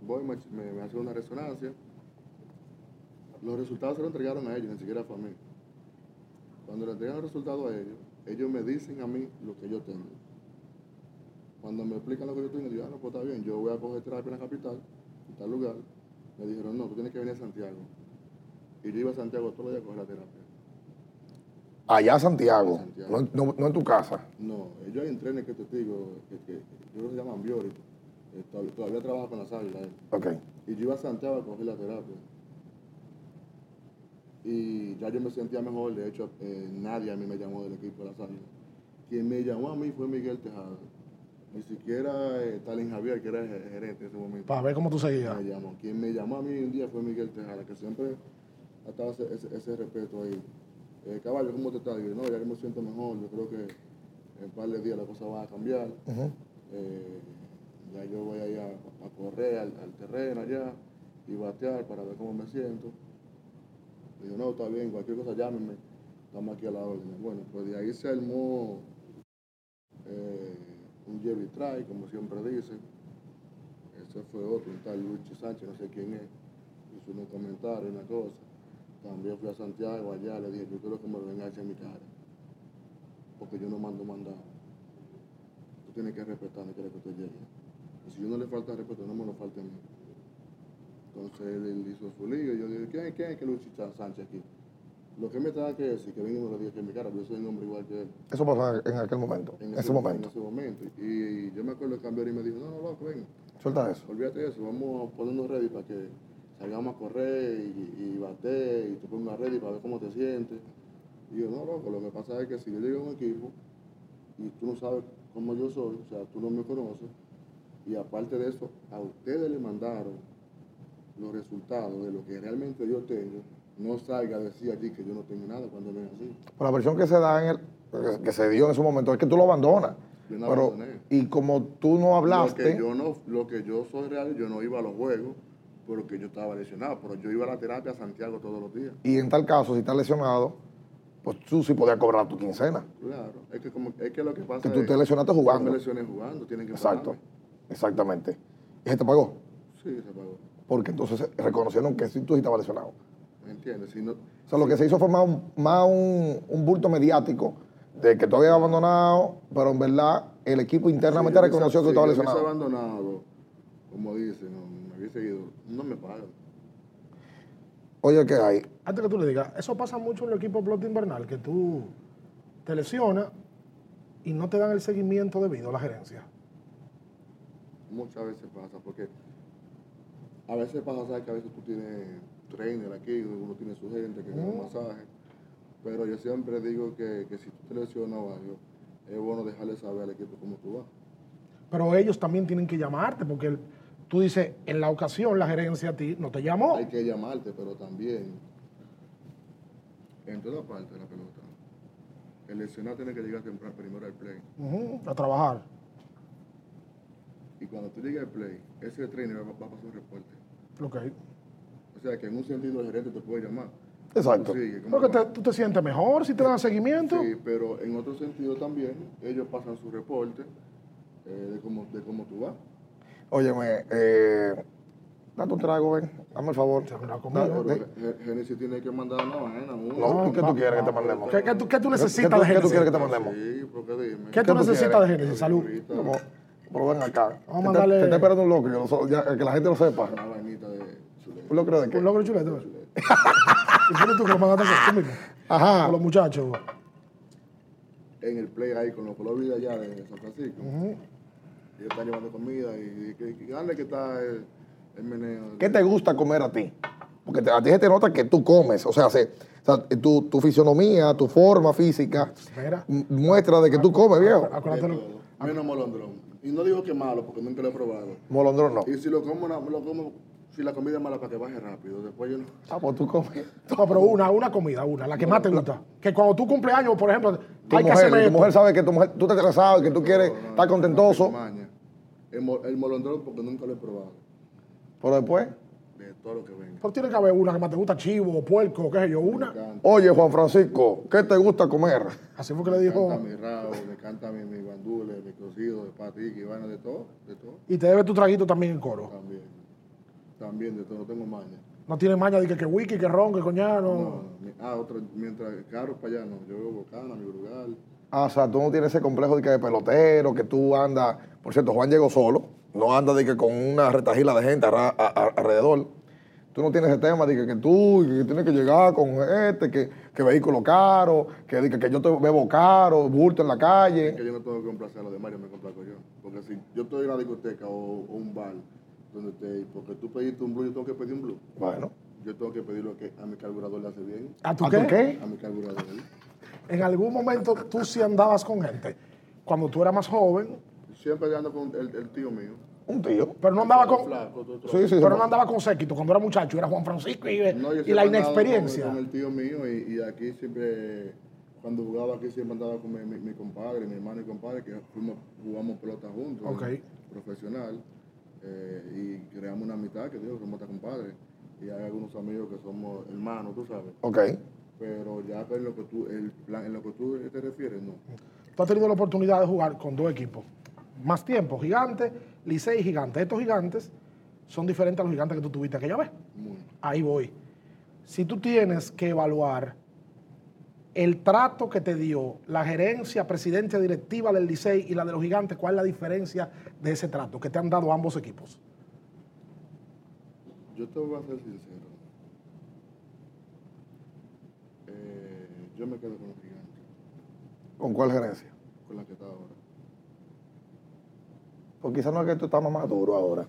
C: voy, me, me, me hacen una resonancia. Los resultados se los entregaron a ellos, ni siquiera fue a mí. Cuando le entregan los resultados a ellos, ellos me dicen a mí lo que yo tengo. Cuando me explican lo que yo tengo, digo, ah, no, pues está bien, yo voy a coger terapia en la capital, en tal lugar. Me dijeron, no, tú tienes que venir a Santiago. Y yo iba a Santiago todos los días a coger la terapia.
B: Allá a Santiago,
C: Santiago.
B: No, no- no en tu casa.
C: No, ellos hay un trainer que te digo, que, que, yo creo que se llaman Biori, eh, todavía, todavía trabaja con las águilas. eh. él.
B: Ok.
C: Y yo iba a Santiago a coger la terapia. Y ya yo me sentía mejor, de hecho, eh, nadie a mí me llamó del equipo de las águilas. Quien me llamó a mí fue Miguel Tejada. Ni siquiera eh, Talín Javier, que era el ge- gerente en ese momento.
A: Para ver cómo tú seguías.
C: Me llamó. Quien me llamó a mí un día fue Miguel Tejada, que siempre ha estado ese, ese- ese respeto ahí. Eh, caballo, ¿cómo te estás? Digo, no, ya yo me siento mejor. Yo creo que en un par de días la cosa va a cambiar. Eh, ya yo voy allá a, a correr al, al terreno allá y batear para ver cómo me siento. Digo, no, está bien, cualquier cosa llámeme. Estamos aquí a la orden. Bueno, pues de ahí se armó eh, un Jerry Try, como siempre dicen. Ese fue otro, un tal Lucho Sánchez, no sé quién es. Hizo unos comentarios, una cosa. También fui a Santiago allá, le dije, yo quiero que me lo vengan a echar en mi cara. Porque yo no mando mandado. Tú tienes que respetarme, quiero que tú llegue. Y si yo no le falta respeto, no me lo falta a mí. Entonces él hizo su liga y yo le dije, ¿quién, quién es que Luis Chicha- Sánchez aquí? Lo que me tenga que decir, que venga y me lo diga aquí en mi cara, porque yo soy un hombre igual que él.
B: Eso pasó en- en aquel momento, en ese momento.
C: En ese momento. Y yo me acuerdo que cambió y me dijo, no, no, loco, venga.
B: Suelta eso.
C: Olvídate de eso, vamos a ponernos ready para que salgamos a correr y, y bater y te pongas ready para ver cómo te sientes. Y yo, no, loco, lo que pasa es que si yo llego a un equipo y tú no sabes cómo yo soy, o sea, tú no me conoces, y aparte de eso, a ustedes les mandaron los resultados de lo que realmente yo tengo, no salga a decir allí que yo no tengo nada cuando no es así.
B: Pero la versión que se da en el, que se dio en ese momento es que tú lo abandonas.
C: Yo no
B: Pero-
C: abandoné.
B: y como tú no
C: Lo
B: hablaste,
C: que yo no, lo que yo soy real, yo no iba a los juegos porque yo estaba lesionado, pero yo iba a la terapia a Santiago todos los días.
B: y en tal caso, si estás lesionado, pues tú sí podías cobrar tu quincena.
C: Claro, es que como es que lo que pasa
B: Que tú
C: es
B: te lesionaste jugando.
C: Yo me lesioné jugando, tienen que
B: Exacto,
C: pagarme.
B: exactamente. Y se te pagó,
C: Sí, se pagó.
B: porque entonces reconocieron que sí tú sí estabas lesionado.
C: ¿Me entiendes? Si no,
B: O sea, lo que se hizo fue más, un- más un, un bulto mediático de que tú habías abandonado, pero en verdad el equipo internamente
C: si yo
B: reconoció que
C: hubiese-
B: tú estabas
C: si yo hubiese
B: lesionado.
C: abandonado, como dicen, no, me hubiese ido, no me pagan.
B: Oye, ¿qué hay?
A: Antes que tú le digas, eso pasa mucho en el equipo de pelota invernal, que tú te lesionas y no te dan el seguimiento debido a la gerencia.
C: Muchas veces pasa, porque a veces pasa, ¿sabes? Que a veces tú tienes trainer aquí, uno tiene su gente que te da masaje. Pero yo siempre digo que, que si tú te lesionas o algo, es bueno dejarle saber al equipo cómo tú vas.
A: Pero ellos también tienen que llamarte, porque el- tú dices, en la ocasión la gerencia a ti no te llamó.
C: Hay que llamarte, pero también en toda parte de la pelota. El lesionado tiene que llegar temprano primero al play.
A: Ujú, a trabajar.
C: Y cuando tú llegas al play, ese trainer va, va a pasar un reporte.
A: Ok.
C: O sea que en un sentido el gerente te puede llamar.
B: Exacto.
C: Tú sigue, ¿cómo
A: Porque
C: va?
A: te- tú te sientes mejor si te dan seguimiento.
C: Sí, pero en otro sentido también, ellos pasan su reporte eh, de, cómo, de cómo tú vas.
B: Óyeme, eh, date un trago, ven, dame el favor.
A: Se habla
B: Da-
A: conmigo.
B: de-
C: Pero Gen- Génesis tiene que mandar una vaina.
B: No,
C: una.
B: ¿tú ¿qué tú quieres que te mandemos?
A: ¿Qué, qué tú, qué tú
B: ¿Qué-
A: necesitas
B: qué tú-
A: de
B: qué tú
A: Génesis?
B: quieres que te mandemos?
C: Sí, porque dime.
A: ¿Qué
B: ¿Qué
A: tú
B: tú
A: necesitas de
B: quieres?
A: Génesis? Salud.
C: Ahorita,
B: Como, pero ven acá.
A: Vamos a
B: Te-
A: mandarle-
B: Te está esperando un loco, que, lo so- ya- que la gente lo sepa.
C: Una vainita de chuleta.
B: ¿Un locro de
A: Un
B: qué?
A: logro chulete. ¿verdad? ¿Y por qué tú que lo mandaste a hacer? Tú mismo.
B: Ajá.
A: Con los muchachos.
C: en el play ahí con los colores de allá de San Francisco. Ellos están llevando comida y, y que, que dale que está el, el meneo.
B: ¿Qué te gusta comer a ti? Porque te- a ti se te nota que tú comes. O sea, se- o sea, tu, tu fisionomía, tu forma física,
A: Mira,
B: m- muestra de que tú comes, viejo.
C: De
A: acuérdate. lo-
C: todo. Menos molondrón. Y no digo que malo porque nunca lo he probado.
B: Molondrón no.
C: Y si lo como, na- lo como si la comida es mala para que baje rápido. Después yo no.
B: Ah, pues tú comes.
A: No, pero una, una comida, una, la que más te gusta. Que cuando tú cumpleaños, por ejemplo,
B: Tu
A: hay que
B: mujer,
A: hacerme
B: tu mujer
A: esto.
B: sabe que tu mujer, tú te sabes que tú quieres
C: No, no,
B: estar
C: no,
B: contentoso,
C: no, maña. El, mo- el molondrón porque nunca lo he probado.
B: pero después.
C: De todo lo que venga.
A: Pero tiene que haber una que más te gusta, chivo, puerco, qué sé yo,
C: Me
A: una.
C: encanta,
B: Oye, Juan Francisco, ¿qué te gusta comer?
A: Así fue que le
C: me encanta
A: dijo.
C: mi rabo, me encanta mi, mi bandule, mi cocido, de patique, vaina de todo, de todo.
A: Y te debe tu traguito también en coro.
C: También. También de todo, no tengo maña.
A: No tiene maña de que, que wiki, que ron, que coñano.
C: No, mi- ah, otro, mientras carro para allá no, yo veo Bocana, mi Brugal.
B: Ah, o sea, tú no tienes ese complejo de que de pelotero, que tú andas. Por cierto, Juan llegó solo, no anda de que con una retajila de gente arra- a- a- alrededor. Tú no tienes ese tema de que, que tú que tienes que llegar con este, que, que vehículo caro, que, de que, que yo te bebo caro, bulto en la
C: Es
B: calle.
C: que yo no tengo que complacer a los demás, yo me complazco yo. Porque si yo estoy en una discoteca o, o un bar donde esté, porque tú pediste un blue, yo tengo que pedir un blue.
B: Bueno,
C: Yo tengo que pedir lo que a mi carburador le hace bien.
A: ¿A tu
B: ¿a
A: qué?
B: tú qué?
C: A mi carburador.
A: En algún momento tú sí andabas con gente. Cuando tú eras más joven,
C: Siempre ando con el, el tío mío.
B: Un tío.
A: pero no andaba
C: Todo
A: con.
C: flaco, todo tronco.
B: Sí, sí, sí.
A: Pero no andaba con séquito. Cuando era muchacho, era Juan Francisco y,
C: No, yo
A: y
C: siempre
A: la
C: andaba con-
A: inexperiencia.
C: Con, el tío mío y, y aquí siempre, cuando jugaba aquí siempre andaba con mi, mi- mi compadre, mi hermano y compadre, que fuimos- jugamos pelota juntos,
A: Ok.
C: eh, profesional, eh, y creamos una amistad que digo que somos hasta compadres. Y hay algunos amigos que somos hermanos, tú sabes.
B: Ok.
C: Pero ya en lo que tú, el plan, en lo que tú te refieres, no.
A: Tú has tenido la oportunidad de jugar con dos equipos. Más tiempo, Gigante, Licey y Gigante. Estos gigantes son diferentes a los gigantes que tú tuviste aquella vez.
C: Muy.
A: Ahí voy. Si tú tienes que evaluar el trato que te dio la gerencia, presidencia directiva del Licey y la de los gigantes, ¿cuál es la diferencia de ese trato que te han dado ambos equipos?
C: Yo te voy a ser sincero. Eh, yo me quedo con los gigantes,
B: ¿Con cuál gerencia?
C: con la que está ahora.
B: Pues quizás no es que tú estás más maduro ahora.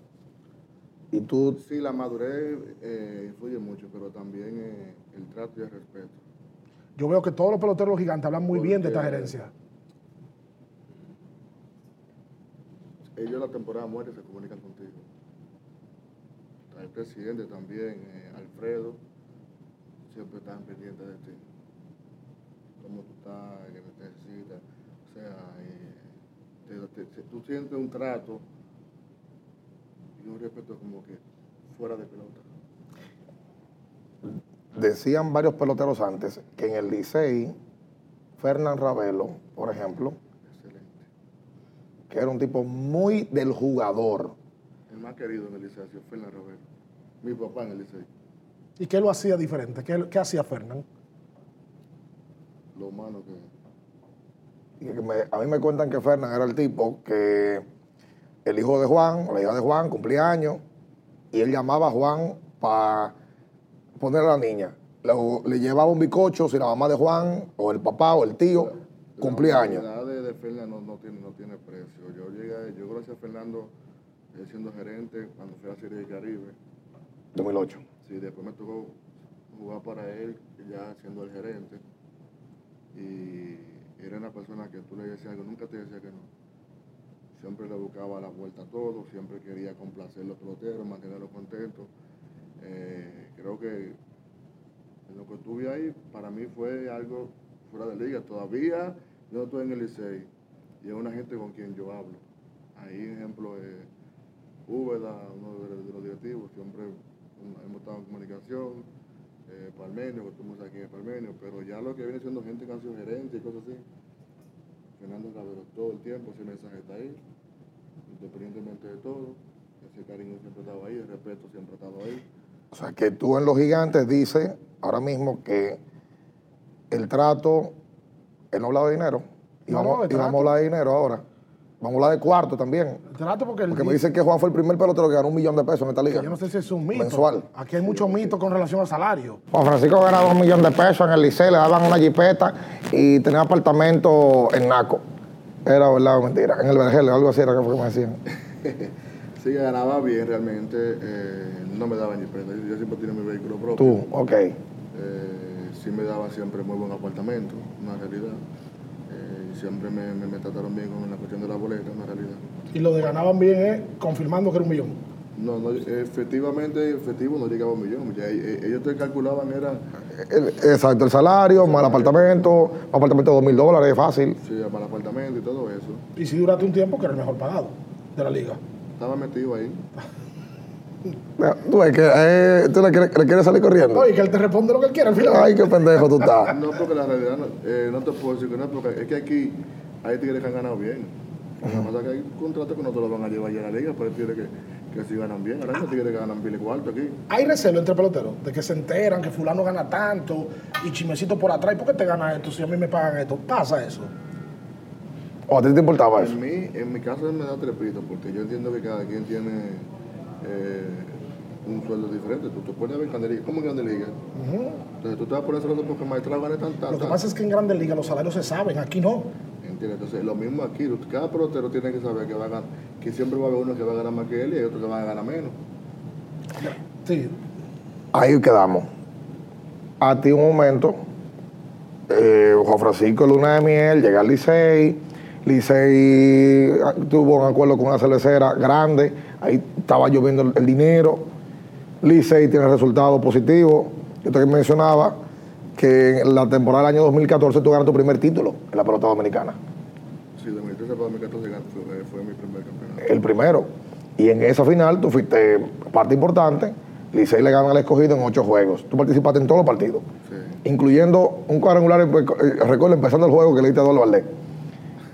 B: Y tú,
C: Sí, la madurez eh, influye mucho, pero también eh, el trato y el respeto.
A: Yo veo que todos los peloteros de los gigantes hablan muy bien de esta
C: Porque-
A: gerencia.
C: Ellos la temporada muere se comunican contigo. Está el presidente también, eh, Alfredo, siempre están pendientes de ti. Cómo tú estás, qué necesitas. O sea, eh, te- te- te- tú sientes un trato y un respeto como que fuera de pelota.
B: decían varios peloteros antes que en el Licey, Fernán Ravelo, por ejemplo,
C: Excelente.
B: que era un tipo muy del jugador.
C: El más querido en el liceo ha sido Fernán Roberto. Mi papá en el liceo.
A: ¿Y qué lo hacía diferente? ¿Qué, qué hacía Fernán?
C: Lo humano que es.
B: Y que me- a mí me cuentan que Fernán era el tipo que el hijo de Juan, o la hija de Juan, cumplía años, y él llamaba a Juan para poner a la niña. Luego le llevaba un bicocho si la mamá de Juan, o el papá, o el tío, cumplía años.
C: La humanidad de, de Fernán no, no tiene, no tiene precio. Yo llegué, yo conocí a Fernando eh, siendo gerente cuando fui a la Serie del Caribe.
B: 2008.
C: Sí, después me tocó jugar para él, ya siendo el gerente. Y era una persona que tú le decías que nunca te decía que no. Siempre le buscaba la vuelta a todo, siempre quería complacer los peloteros, mantenerlos contentos. Eh, creo que en lo que tuve ahí, para mí fue algo fuera de liga. Todavía yo estoy en el Licey y es una gente con quien yo hablo. Ahí, ejemplo, eh, Úbeda, uno de, de los directivos, siempre mm, hemos estado en comunicación, eh, Palmenio, que estuvimos aquí en Palmenio, pero ya lo que viene siendo gente que han sido gerente y cosas así, Fernando Ravelo todo el tiempo, ese mensaje está ahí, independientemente de todo, ese cariño siempre ha estado ahí, el respeto siempre ha estado ahí.
B: O sea, que tú en Los Gigantes dices ahora mismo que el trato, él no hablaba de dinero, y,
A: No,
B: vamos,
A: no, de
B: y vamos
A: trato.
B: a hablar de dinero ahora. Vamos a hablar de cuarto también.
A: El trato porque, el
B: Porque me
A: di-
B: dicen que Juan fue el primer pelotero que ganó un millón de pesos en esta liga.
A: que yo no sé si es un mito.
B: Mensual.
A: Aquí hay muchos mitos con relación al salario.
B: Juan Francisco ganaba un millón de pesos en el Licey, le daban una jipeta y tenía apartamento en Naco. Era verdad o mentira. En el Vergel, algo así era que fue que me decían.
C: Sí, ganaba bien realmente, eh, no me daban ni prenda, yo siempre tenía mi vehículo propio.
B: Tú, ok.
C: Eh, sí me daba siempre muy buen apartamento, una realidad. Eh, y siempre me, me- me trataron bien con la cuestión de la boleta, una realidad.
A: Y lo de ganaban bien es confirmando que era un millón.
C: No, no, efectivamente, efectivo no llegaba a un millón. ya, eh, ellos te calculaban, era
B: El- exacto, el salario, más el apartamento, apartamento de dos mil dólares, fácil.
C: sí, para el apartamento y todo eso.
A: Y si duraste un tiempo que era el mejor pagado de la liga.
C: Estaba metido ahí.
B: No, Tú, ves que, eh, tú le, quieres, le quieres salir corriendo.
A: Oye, que él te responde lo que él quiere al final.
B: Ay, qué pendejo tú estás.
C: No, porque la realidad, no, eh, no te puedo decir que no, porque es que aquí hay tigres que han ganado bien. Lo que pasa es que hay contratos que no te lo van a llevar ya a la liga, pero hay tigres que, que sí ganan bien. Ahora hay tigres que ganan bien y cuarto aquí.
A: Hay recelo entre peloteros de que se enteran que fulano gana tanto y chimecito por atrás. ¿Y por qué te gana esto si a mí me pagan esto? Pasa eso.
B: ¿O a ti te importaba eso?
C: En, mí, en mi caso me da trepito, porque yo entiendo que cada quien tiene eh, un sueldo diferente. Tú te pones a ver Grande Liga. ¿Cómo Grande Liga? Entonces tú te vas a poner sueldo porque Maestrado gana tan, tan,
A: Lo que
C: tan.
A: pasa es que en Grandes Ligas los salarios se saben, aquí no.
C: ¿Entiendes? Entonces lo mismo aquí. Tú- Cada pelotero tiene que saber que va a ganar, que siempre va a haber uno que va a ganar más que él y hay otro que va a ganar menos.
A: Sí.
B: Ahí quedamos. A ti un momento, eh, Juan Francisco Luna de Miel, llega al Licey. Licey ah, tuvo un acuerdo con una cervecera grande. Ahí estaba lloviendo el- el dinero. Licey tiene resultados positivos. Yo te mencionaba que en la temporada del año 2014 tú ganas tu primer título en la pelota dominicana.
C: Sí, 2013 para 2014 gan- fue, eh, fue mi primer campeonato.
B: el primero. Y en esa final tú fuiste parte importante. Licey le gana al escogido en ocho juegos. Tú participaste en todos los partidos,
C: Sí.
B: incluyendo un cuadrangular, eh, recuerdo, empezando el juego que le diste a Eduardo Valdés,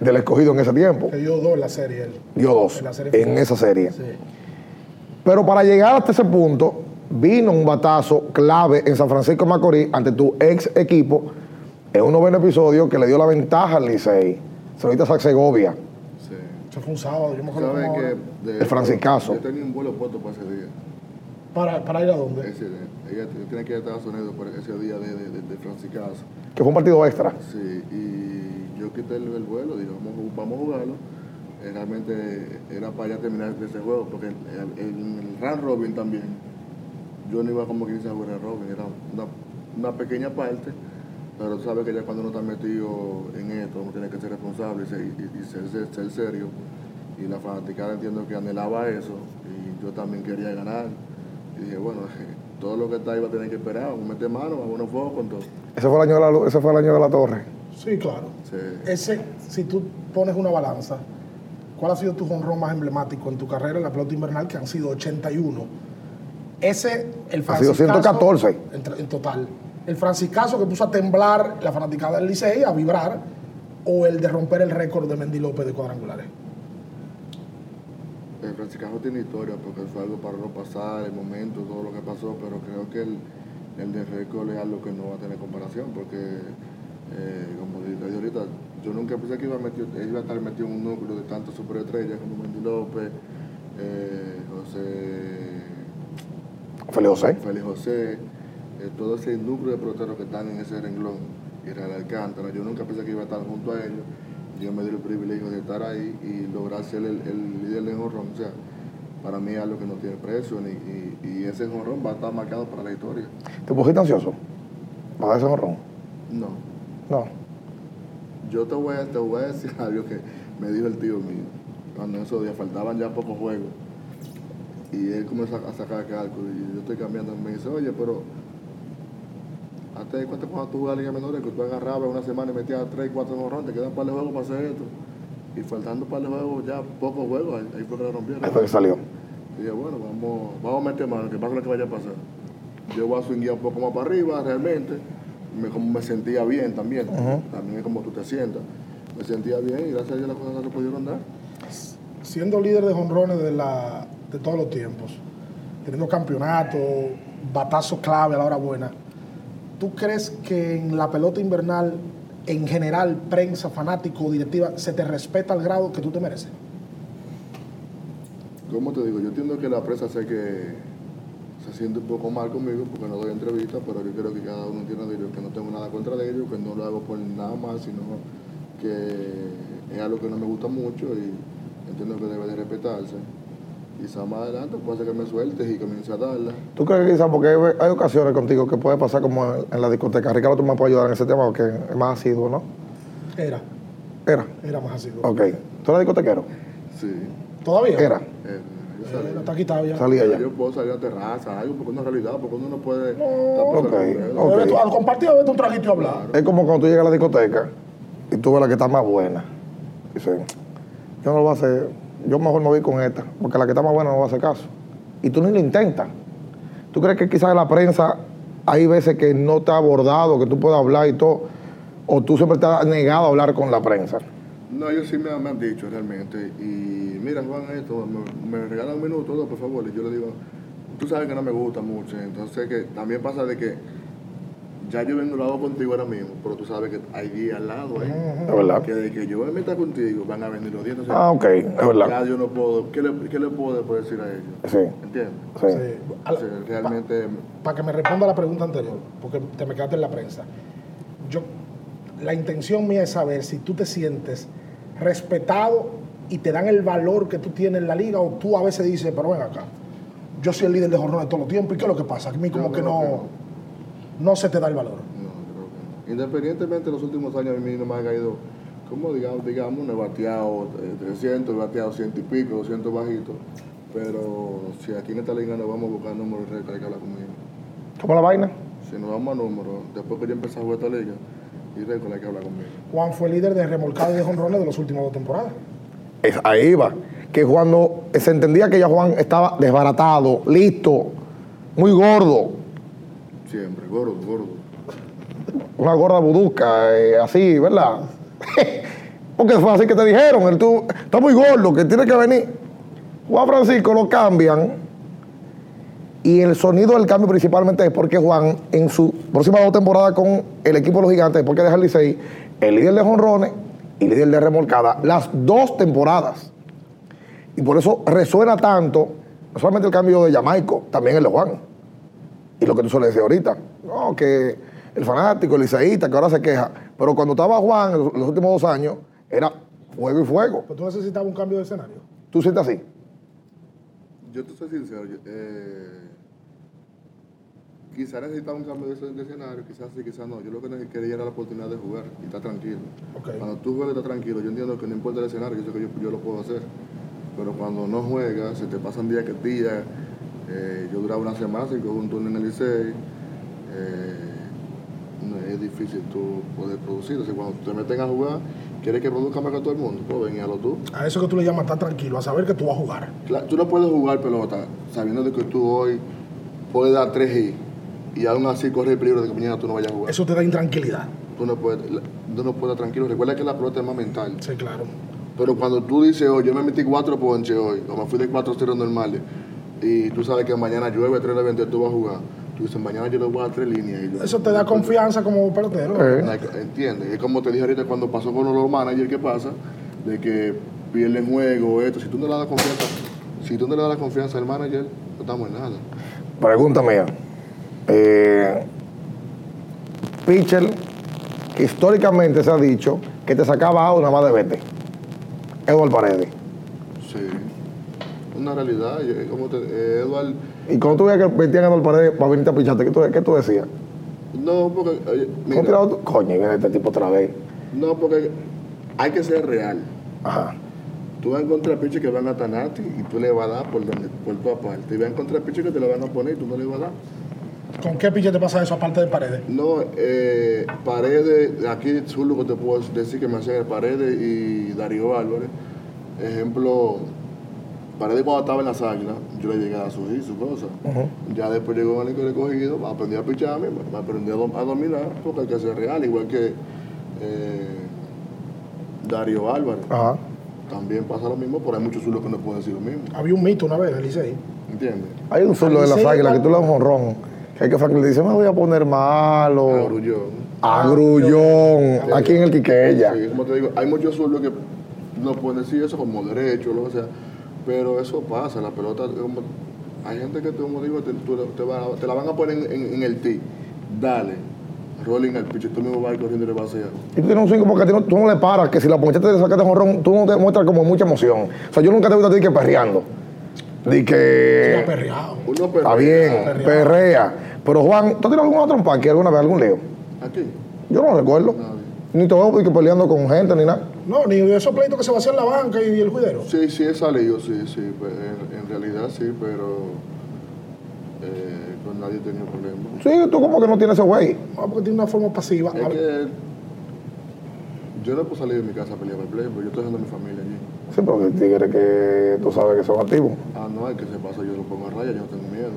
B: del escogido en ese tiempo.
A: Que dio dos en la serie él.
B: Dio dos
A: En la serie
B: en
A: final.
B: esa serie.
A: Sí.
B: Pero para llegar hasta ese punto, vino un batazo clave en San Francisco de Macorís ante tu ex equipo, Es un noveno episodio que le dio la ventaja al Licey. Se lo diste a Sac Segovia.
C: Sí.
A: Eso fue un sábado, yo me acuerdo
C: ¿Saben
A: cómo ahora.
C: que de-
B: El franciscazo.
C: Yo tenía un vuelo puesto para ese día.
A: Para, para ir a dónde.
C: Ese día. Ella t- tiene que ir a Estados Unidos por ese día de, de, de- de franciscazo.
B: Que fue un partido extra.
C: Sí, y yo quité el, el vuelo, dije, vamos, a ju- vamos a jugarlo. Eh, Realmente era para ya terminar ese juego, porque en el, el round robin también, yo no iba como que dice a jugar el robin, era una, una pequeña parte, pero tú sabes que ya cuando uno está metido en esto, uno tiene que ser responsable y, ser- y- y ser, ser- ser serio. Y la fanaticada entiendo que anhelaba eso, y yo también quería ganar. Y dije, bueno, todo lo que está iba a tener que esperar, vamos a meter mano, vamos a poner fuego con todo.
B: Ese fue el año de la, lu- ese fue el año de la torre.
A: Sí, claro.
C: Sí.
A: Ese, si tú pones una balanza, ¿cuál ha sido tu jonrón más emblemático en tu carrera en la pelota invernal, que han sido 81? Ese, el
B: Ha sido
A: franciscazo...
B: 114.
A: En, tr- en total. El franciscazo que puso a temblar la fanaticada del Licey, a vibrar, o el de romper el récord de Mendy López de cuadrangulares.
C: El Franciscajo tiene historia porque fue algo para no pasar, el momento, todo lo que pasó, pero creo que el, el de récord es algo que no va a tener comparación porque, eh, como dije ahorita, yo nunca pensé que iba a, meter- iba a estar metido en un núcleo de tantas superestrellas como Mendy López, eh, José,
B: Feliz José.
C: Félix José, eh, todo ese núcleo de peloteros que están en ese renglón, Israel Alcántara. Yo nunca pensé que iba a estar junto a ellos. Yo me di el privilegio de estar ahí y lograr ser el, el líder de jonrón. O sea, para mí es algo que no tiene precio ni- y, y ese jonrón va a estar marcado para la historia.
B: ¿Te pusiste ansioso? Para ese morrón.
C: No,
B: No.
C: yo te voy, a, te voy a decir algo que me dijo el tío mío. Cuando en esos días faltaban ya pocos juegos y él comenzó a, a sacar cálculo y yo estoy cambiando. Me dice, oye, pero Hasta ahí, cuánto cuando tú jugabas Liga Menores, que tú agarrabas una semana y metías 3, 4 morrones, te quedan un par de juegos para hacer esto. Y faltando un par de juegos, ya pocos juegos, ahí, ahí fue que la rompieron.
B: Ahí fue que salió.
C: Y dije, bueno, vamos, vamos a meter mano, que pase lo que vaya a pasar. Yo voy a swinguear un poco más para arriba, realmente. Me, como me sentía bien también. También es como tú te sientas. Me sentía bien y gracias a Dios las cosas se pudieron dar.
A: siendo líder de jonrones de, la- de todos los tiempos, teniendo campeonatos, batazos clave a la hora buena, ¿tú crees que en la pelota invernal, en general, prensa, fanático, directiva, se te respeta al grado que tú te mereces?
C: ¿Cómo te digo? Yo entiendo que la prensa sé que se siente un poco mal conmigo porque no doy entrevistas, pero yo creo que cada uno entiende de ellos que no tengo nada contra de ellos, que no lo hago por nada más, sino que es algo que no me gusta mucho y entiendo que debe de respetarse. Quizá más adelante puede ser que me suelte y comience a darla.
B: ¿Tú crees que quizás, porque hay, hay ocasiones contigo que puede pasar como en, en la discoteca? Ricardo, tú me puedes ayudar en ese tema porque es más asiduo, ¿no?
A: Era,
B: Era.
A: era más así.
B: Ok. ¿Tú eras discotequero?
C: Sí.
A: ¿Todavía?
B: Era.
C: eh, yo
A: Eh,
C: salí.
A: no está quitado ya.
B: Salía ya.
C: Yo puedo salir a terraza, algo, porque es una realidad, porque uno no puede...
B: ok,
C: tampoco-
B: ok.
A: Bebe tu- Al compartido, vete un traguito y hablar.
B: Es como cuando tú llegas a la discoteca y tú ves la que está más buena. Dices, yo no lo voy a hacer, yo mejor me voy con esta, porque la que está más buena no va a hacer caso. Y tú ni lo intentas. ¿Tú crees que quizás la prensa hay veces que no te ha abordado, que tú puedes hablar y todo, o tú siempre te has negado a hablar con la prensa?
C: No, ellos sí me, han- me han dicho realmente. Y mira, Juan, esto, me, me regalan un minuto, dos, por favor. Y yo le digo, tú sabes que no me gusta mucho. Entonces, que también pasa de que ya yo vengo lo hago contigo ahora mismo, pero tú sabes que hay días al lado ahí.
B: Es verdad.
C: Que de que yo me meta contigo, van a venir los días. Entonces,
B: Ah, ok, es verdad.
C: ya yo no puedo. ¿Qué le, qué le puedo después decir a ellos?
B: Sí,
C: ¿Entiendes?
B: sí.
A: Al-
C: Entonces, realmente,
A: para que me responda a la pregunta anterior, porque te me quedaste en la prensa. Yo, la intención mía es saber si tú te sientes respetado y te dan el valor que tú tienes en la liga, o tú a veces dices, pero ven acá, yo soy el líder de jornada de todos los tiempos, ¿y qué es lo que pasa? Que A mí como
C: Yo
A: que
C: creo que
A: no, no se te da el valor.
C: No, creo que no. Independientemente, los últimos años a mí no me ha caído, como digamos, digamos, no he bateado eh, 300, he bateado 100 y pico, 200 bajitos. Pero si aquí en esta liga nos vamos a buscar números récord, hay que hablar conmigo.
B: ¿Cómo la vaina?
C: Si nos vamos a números, después que yo empecé a jugar esta liga, y récord hay que hablar conmigo.
A: Juan fue líder de remolcado y de jonrones de las últimas dos temporadas.
B: Es- ahí va. Que cuando se entendía que ya Juan estaba desbaratado, listo, muy gordo,
C: Siempre, gordo, gordo.
B: una gorda budusca, eh, así, ¿verdad? Porque fue así que te dijeron, el tú, está muy gordo, que tiene que venir. Juan Francisco lo cambian Y el sonido del cambio principalmente es porque Juan, en su próxima dos temporadas con el equipo de los gigantes, porque deja el Licey, el líder de jonrones y líder de remolcada, las dos temporadas. Y por eso resuena tanto, no solamente el cambio de Jamaico, también el de Juan. Y lo que tú sueles decir ahorita, no, que el fanático, el liceísta, que ahora se queja. Pero cuando estaba Juan en los, los últimos dos años, era fuego y fuego.
A: Pero Pues tú necesitabas un cambio de escenario.
B: Tú sientes así.
C: Yo te soy sincero, yo- eh, quizás necesitaba un cambio de, de escenario, quizás sí, quizás no. Yo lo que ne- quería era la oportunidad de jugar y estar tranquilo.
A: Ok.
C: Cuando tú juegas y estás tranquilo, yo entiendo que no importa el escenario, yo sé que yo, yo lo puedo hacer. Pero cuando no juegas, se te pasan días que días. eh, yo duraba una semana sin coger un turno en el Licey. eh, no, es difícil tú poder producir. O sea, cuando te meten a jugar, quieres que produzca más que todo el mundo. Pues ven y hazlo tú.
A: A eso que tú le llamas estar tranquilo, a saber que tú vas a jugar.
C: Cla- Tú no puedes jugar pelota sabiendo de que tú hoy puedes dar 3 y y aún así corre el peligro de que mañana tú no vayas a jugar.
A: Eso te da intranquilidad.
C: Tú no puedes, la- tú no puedes estar tranquilo. Recuerda que la pelota es más mental.
A: Sí, claro.
C: Pero cuando tú dices, oh, yo me metí 4 ponches hoy, o me fui de 4-0 normales, y tú sabes que mañana llueve 3 de 20, tú vas a jugar. Tú dices, mañana yo le voy a dar 3 líneas. y yo-
A: Eso te da confianza como pelotero.
C: Like, ¿Entiendes? Es como te dije ahorita cuando pasó con los managers, ¿qué pasa? De que pierden juego, esto. Si tú no le das confianza, si tú no le das la confianza al manager, no estamos en nada.
B: Pregunta mía. Eh, pitcher, que históricamente se ha dicho que te sacaba out nada más de vete. Eduardo Paredes.
C: Sí. Una realidad. Yo- eh, como te, eh, Edward,
B: Y cuando tú veías que metían a Eduardo Paredes para venirte a picharte, ¿qué tú, qué tú decías?
C: no, porque. oye, mira,
B: ¿Cómo tirado tú? Coño, y viene este tipo otra vez.
C: no, porque hay que ser real.
B: Ajá.
C: Tú vas a encontrar piches que van a tanarte y tú le vas a dar por, donde, por tu aparte. Y vas a encontrar piches que te lo van a poner y tú no le vas a dar.
A: ¿Con qué piche te pasa eso aparte de paredes?
C: No, eh, Paredes, aquí solo que te puedo decir que me hacían el Paredes y Darío Álvarez. Ejemplo, Paredes cuando estaba en las águilas, yo le llegué a surgir su cosa. Ya después llegó el recogido, aprendí a picharme, me aprendí a, dom- a dominar, porque hay que ser real, igual que eh, Darío Álvarez.
B: Ajá.
C: También pasa lo mismo, pero hay muchos zulos que no pueden decir lo mismo,
A: Había un mito una vez en el Licey.
C: ¿entiendes?
B: Hay un solo de las
A: Alicia,
B: águilas que tú le das un
A: ¿cuál?
B: jonrón. Que hay que Franklin le dice, me voy a poner
C: Ah,
B: malo.
C: Agrullón.
B: Agrullón. Aquí en el Quiqueya.
C: Sí, como te digo, hay muchos zurdos que no pueden decir eso como derecho, lo que sea, pero eso pasa, la pelota, como- hay gente que, como digo, te, tú la- te va- te la van a poner en, en- en el tee, dale, rolling al pitch, tú mismo vas a ir corriendo y le vas a hacer.
B: Y tú tienes un 5 porque a ti no- tú no le paras, que si la ponchaste te sacaste jonrón, tú no te muestras como mucha emoción. O sea, yo nunca te he visto a ti que perreando. Di
A: Era
B: que.
A: perreado.
C: Uno pero
B: Está bien, perrea. Pero Juan, ¿tú has tirado alguna otra trompa aquí alguna vez, algún leo?
C: aquí,
B: Yo no recuerdo. Ni te veo di que peleando con gente ni nada.
A: No, ni de esos pleitos que se vacían la banca y el juidero.
C: sí, sí, he salido, sí, sí, pues, en, en realidad sí, pero eh, con nadie he tenido problemas.
B: Sí, tú como que no tienes ese güey.
A: Ah, porque tiene una forma pasiva.
C: Es que yo no puedo salir de mi casa a pelear por play, pero yo estoy dejando a mi familia allí.
B: Sí, pero el tigre que tú sabes que son activos.
C: Ah, no, el que se pasa yo lo pongo a raya, yo no tengo miedo.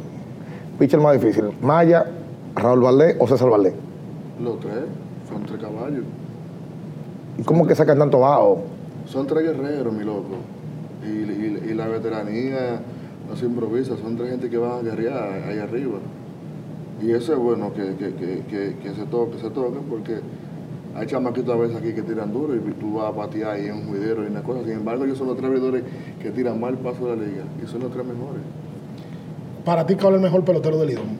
B: Pitcher más difícil, Maya, Raúl Valdés o César Valdés.
C: Los tres, son tres caballos.
B: ¿Y cómo que sacan tanto bajo?
C: Son tres guerreros, mi loco. Y, y- y la veteranía no se improvisa, son tres gente que van a guerrear ahí arriba. Y eso es bueno que, que, que, que, que se toque, que se toque, porque hay chamaquitos a veces aquí que tiran duro y tú vas a patear y es un juidero y una cosa. Sin embargo, ellos son los tres abridores que tiran mal paso de la liga y son los tres mejores.
A: Para ti, ¿cuál es el mejor pelotero del Lidón?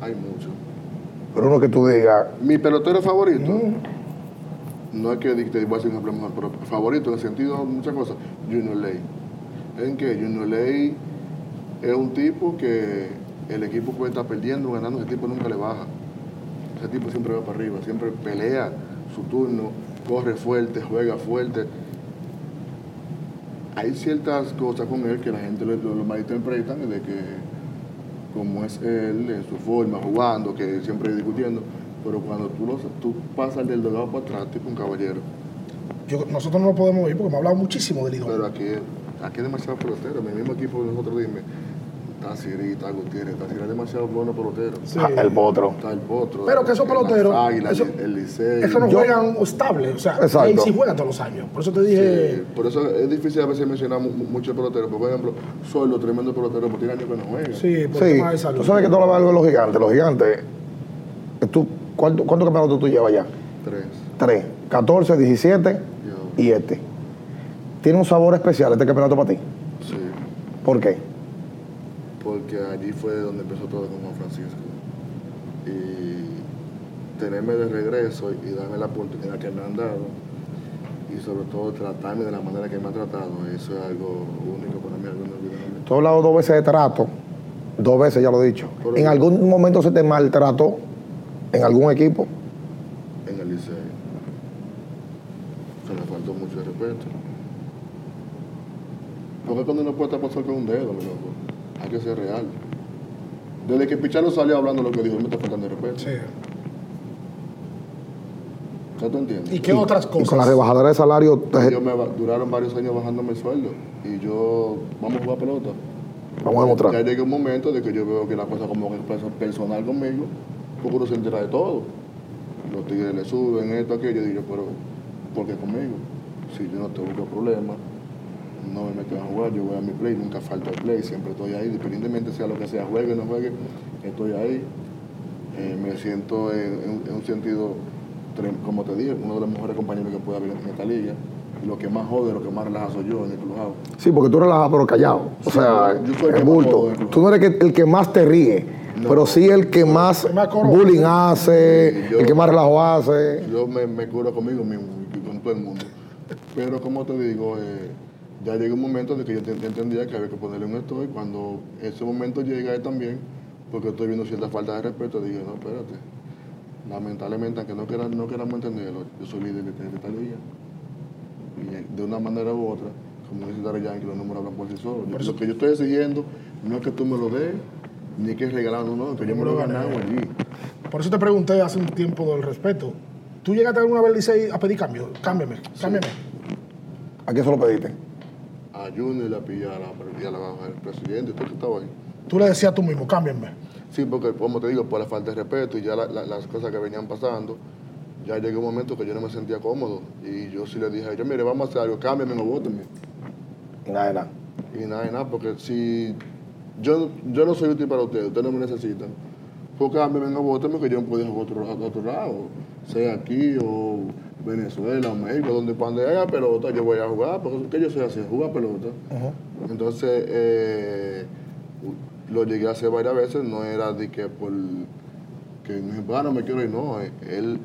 C: Hay muchos.
B: Pero uno que tú digas,
C: Mi pelotero favorito. No es que di- te voy a decir un ejemplo mejor, pero favorito en el sentido de muchas cosas. Junior Ley. ¿En que Junior Ley es un tipo que el equipo puede estar perdiendo, ganando, ese tipo nunca le baja. Ese tipo siempre va para arriba, siempre pelea su turno, corre fuerte, juega fuerte. Hay ciertas cosas con él que la gente lo, lo, lo malinterpretan de que como es él en su forma, jugando, que siempre discutiendo, pero cuando tú, lo, tú pasas del delgado para atrás, tipo un caballero.
A: Yo- nosotros no lo podemos ir porque me ha hablado muchísimo del Lidón.
C: Pero aquí, aquí hay demasiado pelotero. Mi mismo equipo, nosotros dime, Está Siri, está Gutiérrez, está Siri, hay demasiados buenos peloteros.
A: Sí.
B: Ah, el potro.
C: Está el Potro.
A: Pero que esos
C: el- las
A: peloteros,
C: Águilas,
A: eso-
C: el, el Licey.
A: Eso no
B: eh, Yo-
A: juegan estable. O sea,
B: Exacto.
A: él sí juega todos los años. Por eso te dije.
C: Eh, por eso es difícil a veces mencionar mu- mu- muchos peloteros. Por ejemplo, Solo, tremendo pelotero, porque tiene años que no juega.
A: Sí, por
B: Sí.
A: tema de salud.
B: Tú sabes que tú hablabas algo de los gigantes. Los gigantes, eh, tú, ¿cuánto- ¿cuántos campeonatos tú llevas ya?
C: Tres.
B: 3, 14, 17 y este. Tiene un sabor especial este campeonato para ti.
C: Sí.
B: ¿Por qué?
C: Porque allí fue donde empezó todo con Juan Francisco. Y tenerme de regreso y darme la oportunidad que me han dado. Y sobre todo tratarme de la manera que me han tratado. Eso es algo único para mí, algo inolvidable.
B: Tú has hablado dos veces de trato, dos veces ya lo he dicho.
C: Por
B: ¿En
C: eso.
B: algún momento se te maltrató en algún equipo?
C: en el liceo. Se me faltó mucho de respeto. Porque cuando uno puede tapar sol con un dedo, mi loco. Hay que ser real. Desde que Pichalo salió hablando lo que dijo, me está faltando el respeto.
A: Sí.
C: ¿Ya tú entiendes?
A: ¿Y qué otras
B: Y con la
A: cosas?
B: rebajadora de salario, te-
C: Ellos me ba- duraron varios años bajándome el sueldo. Y yo, vamos a jugar pelota.
B: vamos a
C: Ya
B: demostrar.
C: llega un momento de que yo veo que la cosa como que es perso- personal conmigo, porque uno se entera de todo. Los tigres le suben, esto, aquello, y yo, pero, ¿por qué conmigo? Si yo no te busco problemas, no me meto a jugar, yo voy a mi play, nunca falta el play, siempre estoy ahí, independientemente sea lo que sea, juegue o no juegue, estoy ahí. Eh, me siento en, en- en un sentido, tre- como te dije, uno de los mejores compañeros que puede haber en esta liga. Y lo que más jode, lo que más relaja soy yo en el clubhouse.
B: Sí, porque tú relajas pero callado. O
C: Sí,
B: sea,
C: yo soy
B: el
C: el que
B: bulto.
C: más jodo.
B: Tú no eres que- el que más te ríe,
C: No.
B: pero sí el que más
A: más coro-
B: bullying hace,
C: Sí, yo-
B: el que más relajo hace.
C: Yo me, me curo conmigo mismo y con todo el mundo. Pero como te digo, eh, ya llega un momento de que yo te- te entendía que había que ponerle un estoy. Cuando ese momento llega él también, porque estoy viendo cierta falta de respeto, digo, no, espérate. Lamentablemente, aunque no, queramos no queramos entenderlo, yo soy líder de, de esta liga. Y de una manera u otra, como dice Dari Yankee, los números hablan por sí solos. Yo- lo que yo estoy exigiendo no es que tú me lo des, ni que es regalado, no, no, que yo me lo he ganado allí.
A: Por eso te pregunté hace un tiempo del respeto. ¿Tú llegaste alguna vez al Licey a pedir cambio? Cámbiame, cámbiame.
B: ¿A quién se lo pediste?
C: a Junior la pilla a la, y a la baja del presidente, tú, tú estabas ahí.
A: Tú le decías tú mismo, cámbiame.
C: Sí, porque como te digo, por la falta de respeto y ya la- la- las cosas que venían pasando, ya llegó un momento que yo no me sentía cómodo. Y yo sí le dije a ellos, mire, vamos a hacer algo, cámbiame o votenme.
B: Y nada, de nada.
C: Y nada, y nada, porque si yo, yo no soy útil para ustedes, ustedes no me necesitan, pues cámbiame o votenme que yo no puedo ir a otro, a otro lado, sea aquí o Venezuela o México, donde cuando haya pelota yo voy a jugar, porque ¿qué yo soy así, jugar pelota. Entonces, eh, lo llegué a hacer varias veces, no era de que por que me dijo, "Ah, no me quiero ir, no, eh, él,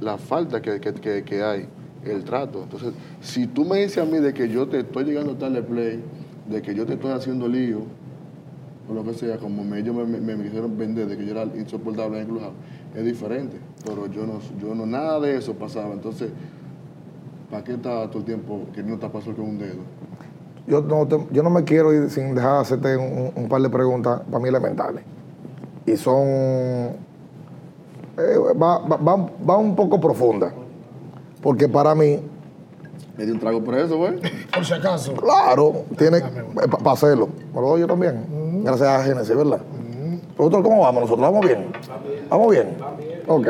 C: la falta que, que- que- que hay, el trato. Entonces, si tú me dices a mí de que yo te estoy llegando tarde al play, de que yo te estoy haciendo lío, o lo que sea, como me, ellos me, me- me hicieron vender de que yo era insoportable en el clubhouse, es diferente. Pero yo no, yo no, nada de eso pasaba. Entonces, ¿para qué está todo el tiempo queriendo tapar sol con un dedo?
B: Yo no, te- yo no me quiero ir sin dejar de hacerte un, un par de preguntas para mí elementales. Y son. eh, va, va- va- va un poco profunda. Porque para mí,
C: Le di un trago por eso, güey.
A: Por si acaso.
B: claro, tiene. Para hacerlo. Me lo doy yo también. Gracias a Genesis, ¿verdad? ¿Nosotros cómo vamos? ¿Nosotros vamos bien? ¿Vamos bien? Ok.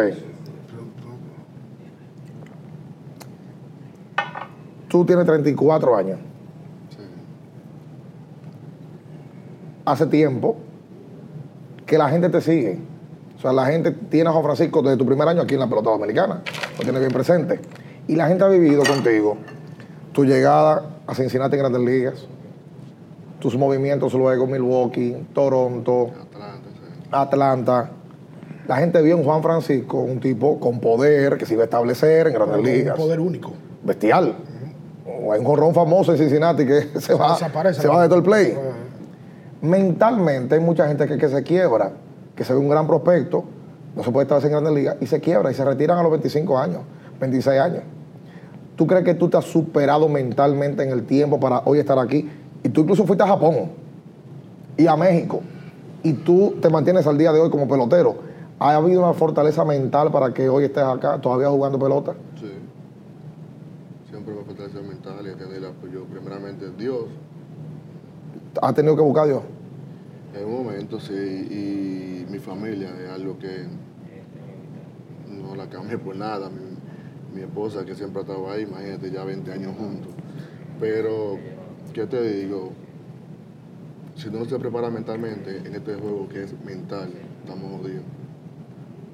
B: Tú tienes 34 años. hace tiempo que la gente te sigue. O sea, la gente tiene a Juan Francisco desde tu primer año aquí en la pelota dominicana. Lo tiene bien presente. Y la gente ha vivido contigo tu llegada a Cincinnati en Grandes Ligas, tus movimientos luego Milwaukee, Toronto,
C: Atlanta, sí.
B: Atlanta. La gente vio en Juan Francisco un tipo con poder que se iba a establecer en Grandes
A: Con un
B: Ligas
A: poder único.
B: bestial. Hay un jorrón famoso en Cincinnati que se va,
A: Desaparece,
B: se
A: ¿no?
B: va de todo el play. Mentalmente hay mucha gente que, que se quiebra, que se ve un gran prospecto, no se puede establecer en grandes ligas, y se quiebra y se retiran a los 25 años, 26 años. ¿Tú crees que tú te has superado mentalmente en el tiempo para hoy estar aquí? Y tú incluso fuiste a Japón y a México, y tú te mantienes al día de hoy como pelotero. ¿Ha habido una fortaleza mental para que hoy estés acá todavía jugando pelota?
C: Sí. Siempre me fortalece Pues mental y atender el apoyo, primeramente Dios.
B: ¿Has tenido que buscar a Dios?
C: En un momento, sí. Y mi familia es algo que no la cambié por nada. Mi, mi esposa, que siempre ha estado ahí, imagínate, ya 20 años juntos. Pero, ¿qué te digo? Si tú no te preparas mentalmente en este juego que es mental, estamos jodidos.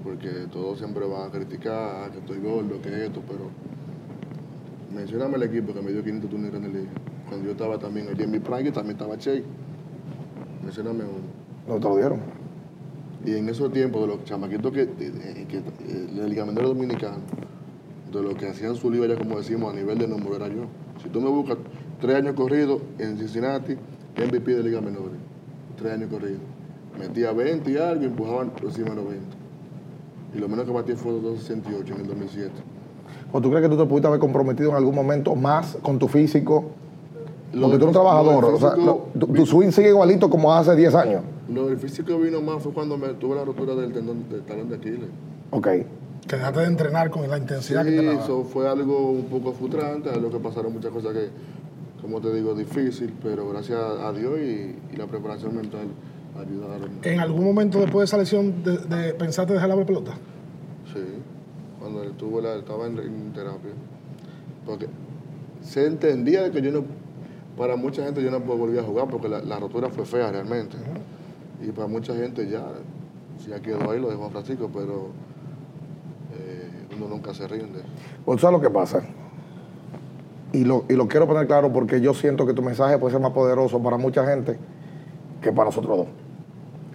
C: Porque todos siempre van a criticar, "Ah, que estoy gordo, que esto, pero Mencioname el equipo que me dio 500 turnos en Grande Liga. Cuando yo estaba también, oye, en mi prime también estaba Che. Mencioname uno.
B: No te lo dieron.
C: Y en esos tiempos, de los chamaquitos que, eh, que eh, el ligamentero dominicano, de los que hacían su liga, ya como decimos, a nivel de número era yo. Si tú me buscas tres años corridos en Cincinnati, MVP de Liga Menores. Tres años corridos. Metía 20 y algo, empujaban por encima de los 20. Y lo menos que batí fue 268 en el 2007.
B: ¿O tú crees que tú te pudiste haber comprometido en algún momento más con tu físico? Porque tú eres un
C: del-
B: trabajador.
C: lo del
B: o sea,
C: físico-
B: lo- tu, tu swing sigue igualito como hace 10 años.
C: Lo del físico vino más fue cuando me tuve la rotura del tendón del talón de Aquiles.
B: Ok.
A: Que dejaste de entrenar con la intensidad que te la
C: Sí,
A: daba.
C: eso fue algo un poco frustrante, algo que pasaron muchas cosas que, como te digo, difícil, pero gracias a Dios y, y la preparación mental ayudaron.
A: ¿En algún momento después de esa lesión de, de- pensaste dejar la pelota?
C: Sí, cuando estuve la, estaba en, en terapia. Porque se entendía que yo no, para mucha gente yo no puedo volver a jugar porque la, la rotura fue fea realmente. Y para mucha gente ya, ya quedó ahí lo de Juan Francisco, pero eh, uno nunca se rinde.
B: O sea, Pues, lo que pasa. Y lo, y lo quiero poner claro porque yo siento que tu mensaje puede ser más poderoso para mucha gente que para nosotros dos.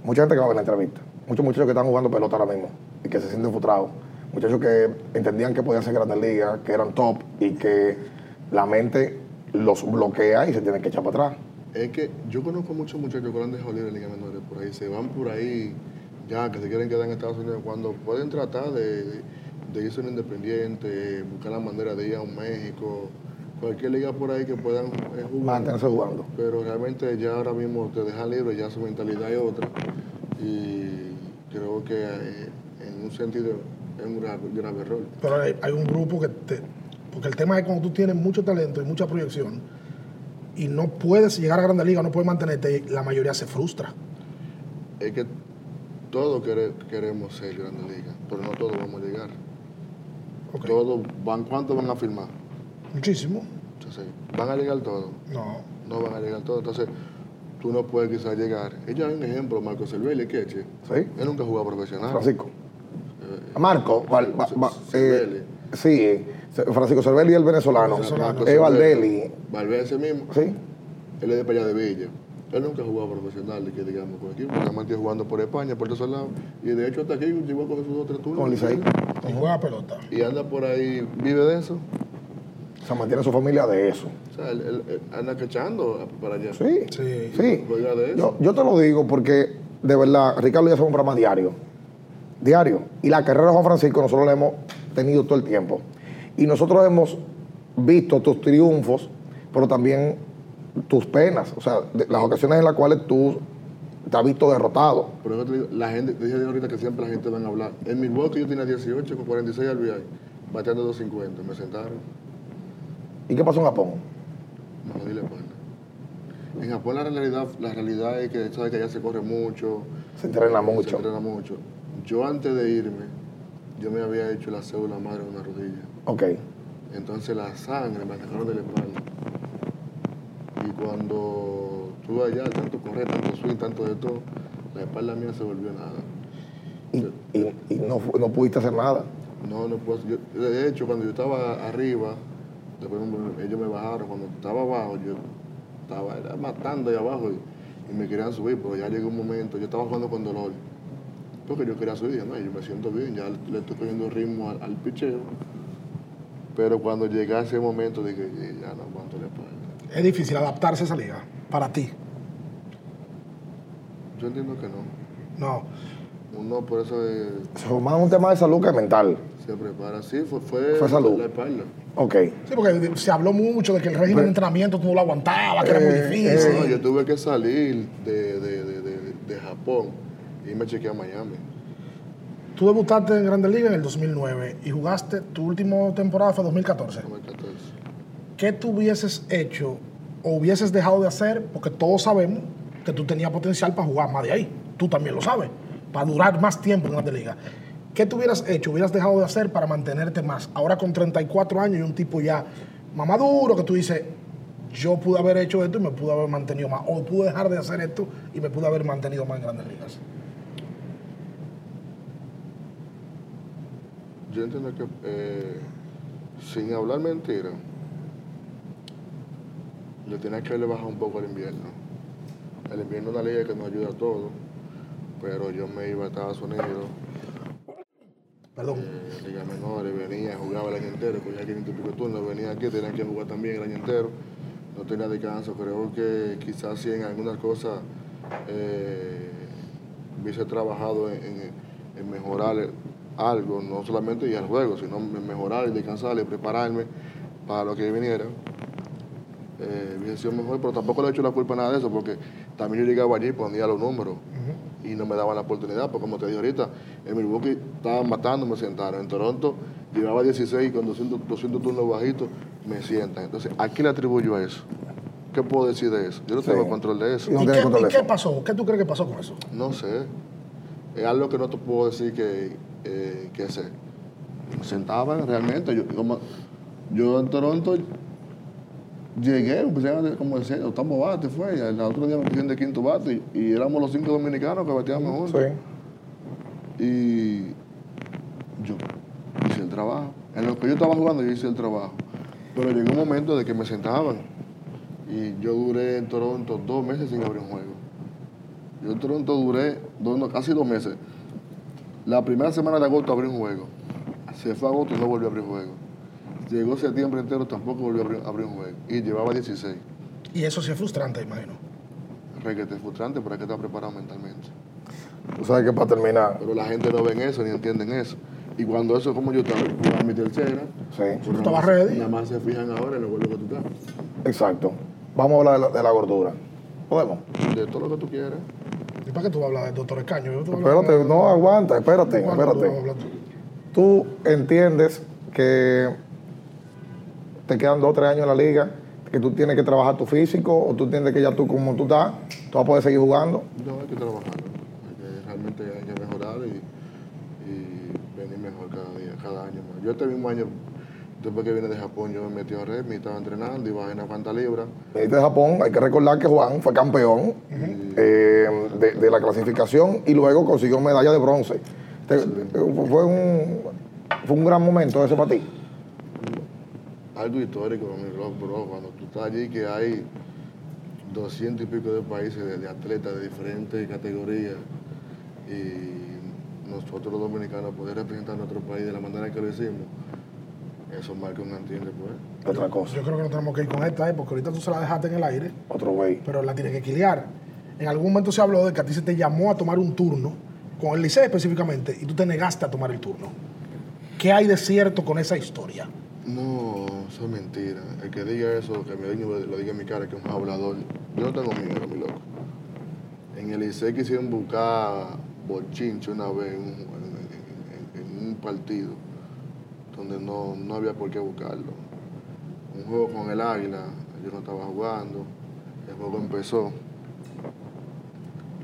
B: Mucha gente que va a ver la entrevista. Muchos muchachos que están jugando pelota ahora mismo y que se sienten frustrados. Muchachos que entendían que podían ser grandes ligas, que eran top y que la mente los bloquea y se tienen que echar para atrás.
C: Es que yo conozco muchos muchachos que lo han dejado libre en Liga Menores por ahí, se van por ahí, ya que se quieren quedar en Estados Unidos, cuando pueden tratar de, de irse a un independiente, buscar la manera de ir a un México, cualquier liga por ahí que puedan eh, jugar.
B: Mantenerse jugando.
C: Pero realmente ya ahora mismo te dejan libre, ya su mentalidad es otra. Y creo que eh, en un sentido es un grave, grave error.
A: Pero hay, hay un grupo que te... Porque el tema es cuando tú tienes mucho talento y mucha proyección y no puedes llegar a Grandes Ligas, no puedes mantenerte, la mayoría se frustra.
C: es que todos quere- queremos ser grandes ligas, pero no todos vamos a llegar.
A: Ok.
C: Todos van, ¿cuántos van a firmar?
A: Muchísimo.
C: Entonces, van a llegar todos,
A: No.
C: no van a llegar todos. Entonces, tú no puedes quizás llegar. Ella es un ejemplo, Marco Cervelli, que eche.
B: ¿Sí?
C: Él nunca jugó profesional.
B: Francisco. Marco, Val- va- va-
C: Cervelli.
B: eh, sí, Ce- Francisco Cervelli el venezolano, Eh,
C: Marco Cervelli.
B: Valdelli,
C: Valverde ese mismo.
B: sí,
C: Él es de Playa de Villa. Él nunca jugó profesional, que digamos, con equipo. Nada más que jugando por España, por todos lados. Y de hecho, hasta aquí llegó a coger sus dos tres turnos.
B: Con Licey.
A: Y juega pelota.
C: Y anda por ahí, vive de eso.
B: se mantiene su familia de eso.
C: O sea, él, él- él anda cachando para allá.
B: Sí,
A: Sí.
B: sí.
C: Juega de eso.
B: Yo, yo te lo digo porque, de verdad, Ricardo y yo hacemos un programa diario. Diario. Y la carrera de Juan Francisco nosotros la hemos tenido todo el tiempo. Y nosotros hemos visto tus triunfos, pero también tus penas. O sea, de- las ocasiones en las cuales tú te has visto derrotado.
C: Por eso te digo, la gente, te dije ahorita que siempre la gente van a hablar. En Milwaukee yo tenía 18 con 46 al RBI, bateando 250. Me sentaron,
B: ¿Y qué pasó en Japón?
C: me jodí la espalda. En Japón la realidad, la realidad es que sabes que allá se corre mucho,
B: Se entrena
C: se
B: mucho.
C: entrena mucho. Yo antes de irme, yo me había hecho la célula madre en una rodilla.
B: Ok.
C: Entonces la sangre me sacaron de la espalda. Y cuando estuve allá, tanto correr, tanto swing, tanto de todo, la espalda mía se volvió nada.
B: Y, y- y no, fu- no pudiste hacer nada.
C: No, no puedo. yo- de hecho, cuando yo estaba arriba, después me- ellos me bajaron. Cuando estaba abajo, yo estaba era matando ahí abajo y, y me querían subir, pero ya llegó un momento, yo estaba jugando con dolor. Porque yo quería subir, ¿no? Y yo me siento bien, ya le estoy cogiendo ritmo al, al picheo. Pero cuando llegué a ese momento, dije, "Eh, ya no aguanto la espalda.
A: Es difícil adaptarse a esa liga para ti.
C: Yo entiendo que no.
A: No.
C: Uno por eso eh,
B: Eso es más un tema de salud que mental.
C: se prepara. Sí, fue, fue,
B: Fue salud.
C: la espalda.
B: Ok.
A: Sí, porque se habló mucho de que el régimen de entrenamiento tú no lo aguantabas, que era muy
B: Eh,
A: difícil.
C: No, yo tuve que salir de, de, de, de, de Japón y me chequeé a Miami.
A: Tú debutaste en Grandes Ligas en el 2009 y jugaste tu última temporada fue 2014.
C: como el 14.
A: ¿Qué tú hubieses hecho o hubieses dejado de hacer? Porque todos sabemos que tú tenías potencial para jugar más de ahí. Tú también lo sabes. Para durar más tiempo en la liga. ¿Qué tú hubieras hecho, hubieras dejado de hacer para mantenerte más? Ahora con 34 años y un tipo ya más maduro, que tú dices, yo pude haber hecho esto y me pude haber mantenido más. O pude dejar de hacer esto y me pude haber mantenido más en grandes ligas.
C: Yo entiendo que, eh, sin hablar mentira, yo tenía que le bajar un poco el invierno. El invierno es una liga que nos ayuda a todos, pero yo me iba a Estados Unidos,
A: Perdón.
C: eh, liga menores, venía, jugaba el año entero, cogía 500 y pico turnos, venía aquí, tenía que jugar también el año entero, no tenía descanso. Creo que quizás sí en algunas cosas eh, hubiese trabajado en, en- en mejorar el- algo, no solamente ir al juego, sino en mejorar y descansar y prepararme para lo que viniera. Eh, hubiese sido mejor, pero tampoco le he hecho la culpa a nada de eso, porque también yo llegaba allí y ponía los números y no me daban la oportunidad, porque como te dije ahorita, en Milwaukee estaban matando, me sentaron. En Toronto llevaba 16 con 200, 200 turnos bajitos, me sientan. Entonces, ¿a qué le atribuyo eso? ¿Qué puedo decir de eso? Yo no
B: Sí.
C: tengo control de eso.
B: No
A: ¿Y,
B: tiene
A: qué,
B: control
A: y
B: de
A: qué
B: eso.
A: pasó? ¿Qué tú crees que pasó con eso?
C: No sé. Es algo que no te puedo decir que, eh, que sé. Me sentaban realmente. Yo, como- yo en Toronto llegué, empecé a- como decía, el octavo bate fue. y El otro día me pusieron de quinto bate y, y éramos los cinco dominicanos que bateábamos juntos.
B: Sí.
C: Y yo hice el trabajo. En lo que yo estaba jugando, yo hice el trabajo. Pero llegó un momento de que me sentaban. Y yo duré en Toronto dos meses sin abrir un juego. Yo en Toronto duré dos- no, casi dos meses. La primera semana de agosto abrí un juego. Se fue agosto y no volvió a abrir juego. Llegó septiembre entero, tampoco volvió a abrir, abrir un juego. Y llevaba 16.
A: Y eso sí es frustrante, imagino.
C: Requete frustrante, pero hay que estar preparado mentalmente.
B: Tú sabes que para terminar,
C: Pero la gente no ven eso ni entienden eso. Y cuando eso, como yo estaba jugando mi tercera,
B: sí,
C: Nada
A: estabas
C: más-
A: ready.
C: Nada más se fijan ahora en los vuelos que tú estás.
B: exacto. Vamos a hablar de la, de la gordura. Podemos.
C: De todo lo que tú quieras.
A: ¿Y para qué tú vas a hablar del doctor Escaño? Yo te voy a hablar
B: Espérate,
A: de-
B: no aguanta, espérate,
A: ¿Cuándo tú vas a
B: espérate.
A: hablar tú?
B: Tú entiendes que te quedan dos o tres años en la liga, que tú tienes que trabajar tu físico, o tú entiendes que ya tú, como tú estás, tú vas a poder seguir jugando.
C: No, hay que trabajar. ¿no? Hay que- realmente hay que mejorar y, y venir mejor cada día, cada año más. Yo este mismo año, después que vine de Japón, yo me metí a red, me estaba entrenando y bajé una cuanta libra.
B: Veniste de Este Japón, hay que recordar que Juan fue campeón eh, de, de la clasificación y luego consiguió medalla de bronce. Te- te- fue, un, fue un gran momento ese para ti.
C: Algo histórico mi rock, bro. Cuando tú estás allí, que hay doscientos y pico de países, de, de atletas de diferentes categorías, y nosotros los dominicanos poder representar nuestro país de la manera que lo hicimos, eso marca un antes y un después.
B: Otra
A: Pues
B: cosa,
A: Yo creo que no tenemos que ir con esta, ¿eh? porque ahorita tú se la dejaste en el aire,
B: otro güey.
A: pero la tienes que quiliar. En algún momento se habló de que a ti se te llamó a tomar un turno, con el Licey específicamente, y tú te negaste a tomar el turno. ¿Qué hay de cierto con esa historia?
C: No, eso es mentira. El que diga eso, que me diga- lo diga en mi cara, que es un hablador. Yo no tengo miedo, mi loco. En el ICE quisieron buscar bochinche una vez en, un- en- en- en un partido donde no, no había por qué buscarlo. Un juego con el Águila, yo no estaba jugando, el juego empezó.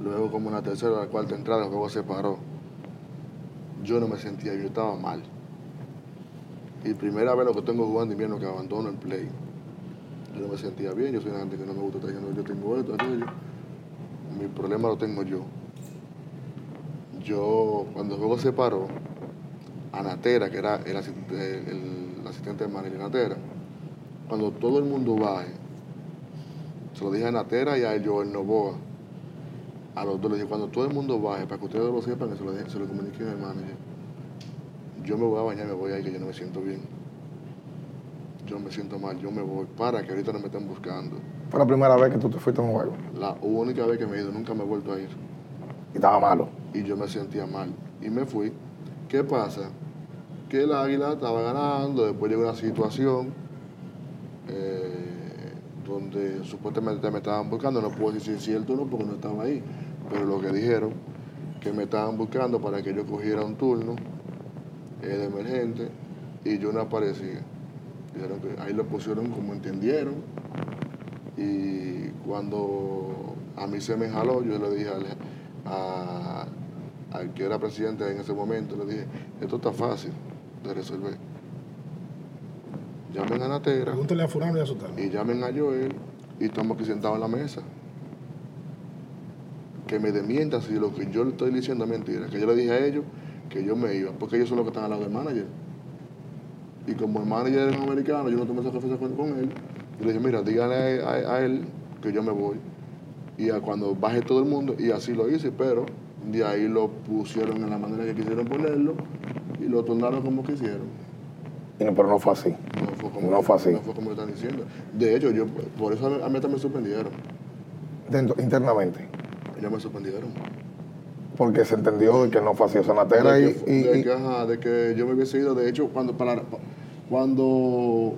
C: Luego como en la tercera o la cuarta entrada el juego se paró. Yo no me sentía, yo estaba mal. Y primera vez lo que tengo jugando invierno que abandono el play. Yo no me sentía bien, yo soy una gente que no me gusta estar diciendo yo tengo esto, aquello. Mi problema lo tengo yo. Yo, cuando el juego se paró, Anatera, que era el, asist- el- el asistente de Manel Anatera, cuando todo el mundo baje, se lo dije a Anatera y a Joel Novoa. A los dos les dije, cuando todo el mundo baje, para que ustedes lo sepan, que se lo, dejen- se lo comuniquen al manager yo me voy a bañar, me voy a ir, que yo no me siento bien. Yo me siento mal, yo me voy para que ahorita no me estén buscando.
B: Fue la primera vez que tú te fuiste a un juego
C: La única vez que me he ido, nunca me he vuelto a ir.
B: y estaba malo.
C: Y yo me sentía mal. Y me fui. ¿Qué pasa? Que el águila estaba ganando, después llegó una situación eh, donde supuestamente me estaban buscando. No puedo decir si es cierto o no porque no estaba ahí. Pero lo que dijeron, que me estaban buscando para que yo cogiera un turno eh, de emergente y yo no aparecía. Dijeron que ahí lo pusieron como entendieron. Y cuando A mí se me jaló, yo le dije al, a- al que era presidente en ese momento, le dije, esto está fácil de resolver. Llamen a Natera
A: Pregúntale a Fulano y a Sutano.
C: y llamen a Joel y estamos aquí sentados en la mesa. Que me demientan si lo que yo le estoy diciendo es mentira. Que yo le dije a ellos que yo me iba, porque ellos son los que están al lado del manager. Y como el manager es un americano, yo no tomé esa conversación con, con él. Yo le dije, mira, díganle a, a- a él que yo me voy. Y a cuando baje todo el mundo, y así lo hice, pero de ahí lo pusieron en la manera que quisieron ponerlo y lo tornaron como quisieron.
B: Y no, pero no fue así.
C: No fue como,
B: No fue así.
C: no fue como están diciendo. De hecho, yo por eso a mí, a mí también me sorprendieron.
B: Dentro- internamente.
C: Ellos me sorprendieron.
B: Porque se entendió de que no fue así. O sea, Natera
C: de,
B: y,
C: que,
B: y-
C: de
B: y-
C: que, ajá, de que yo me hubiese ido. De hecho, cuando, para, cuando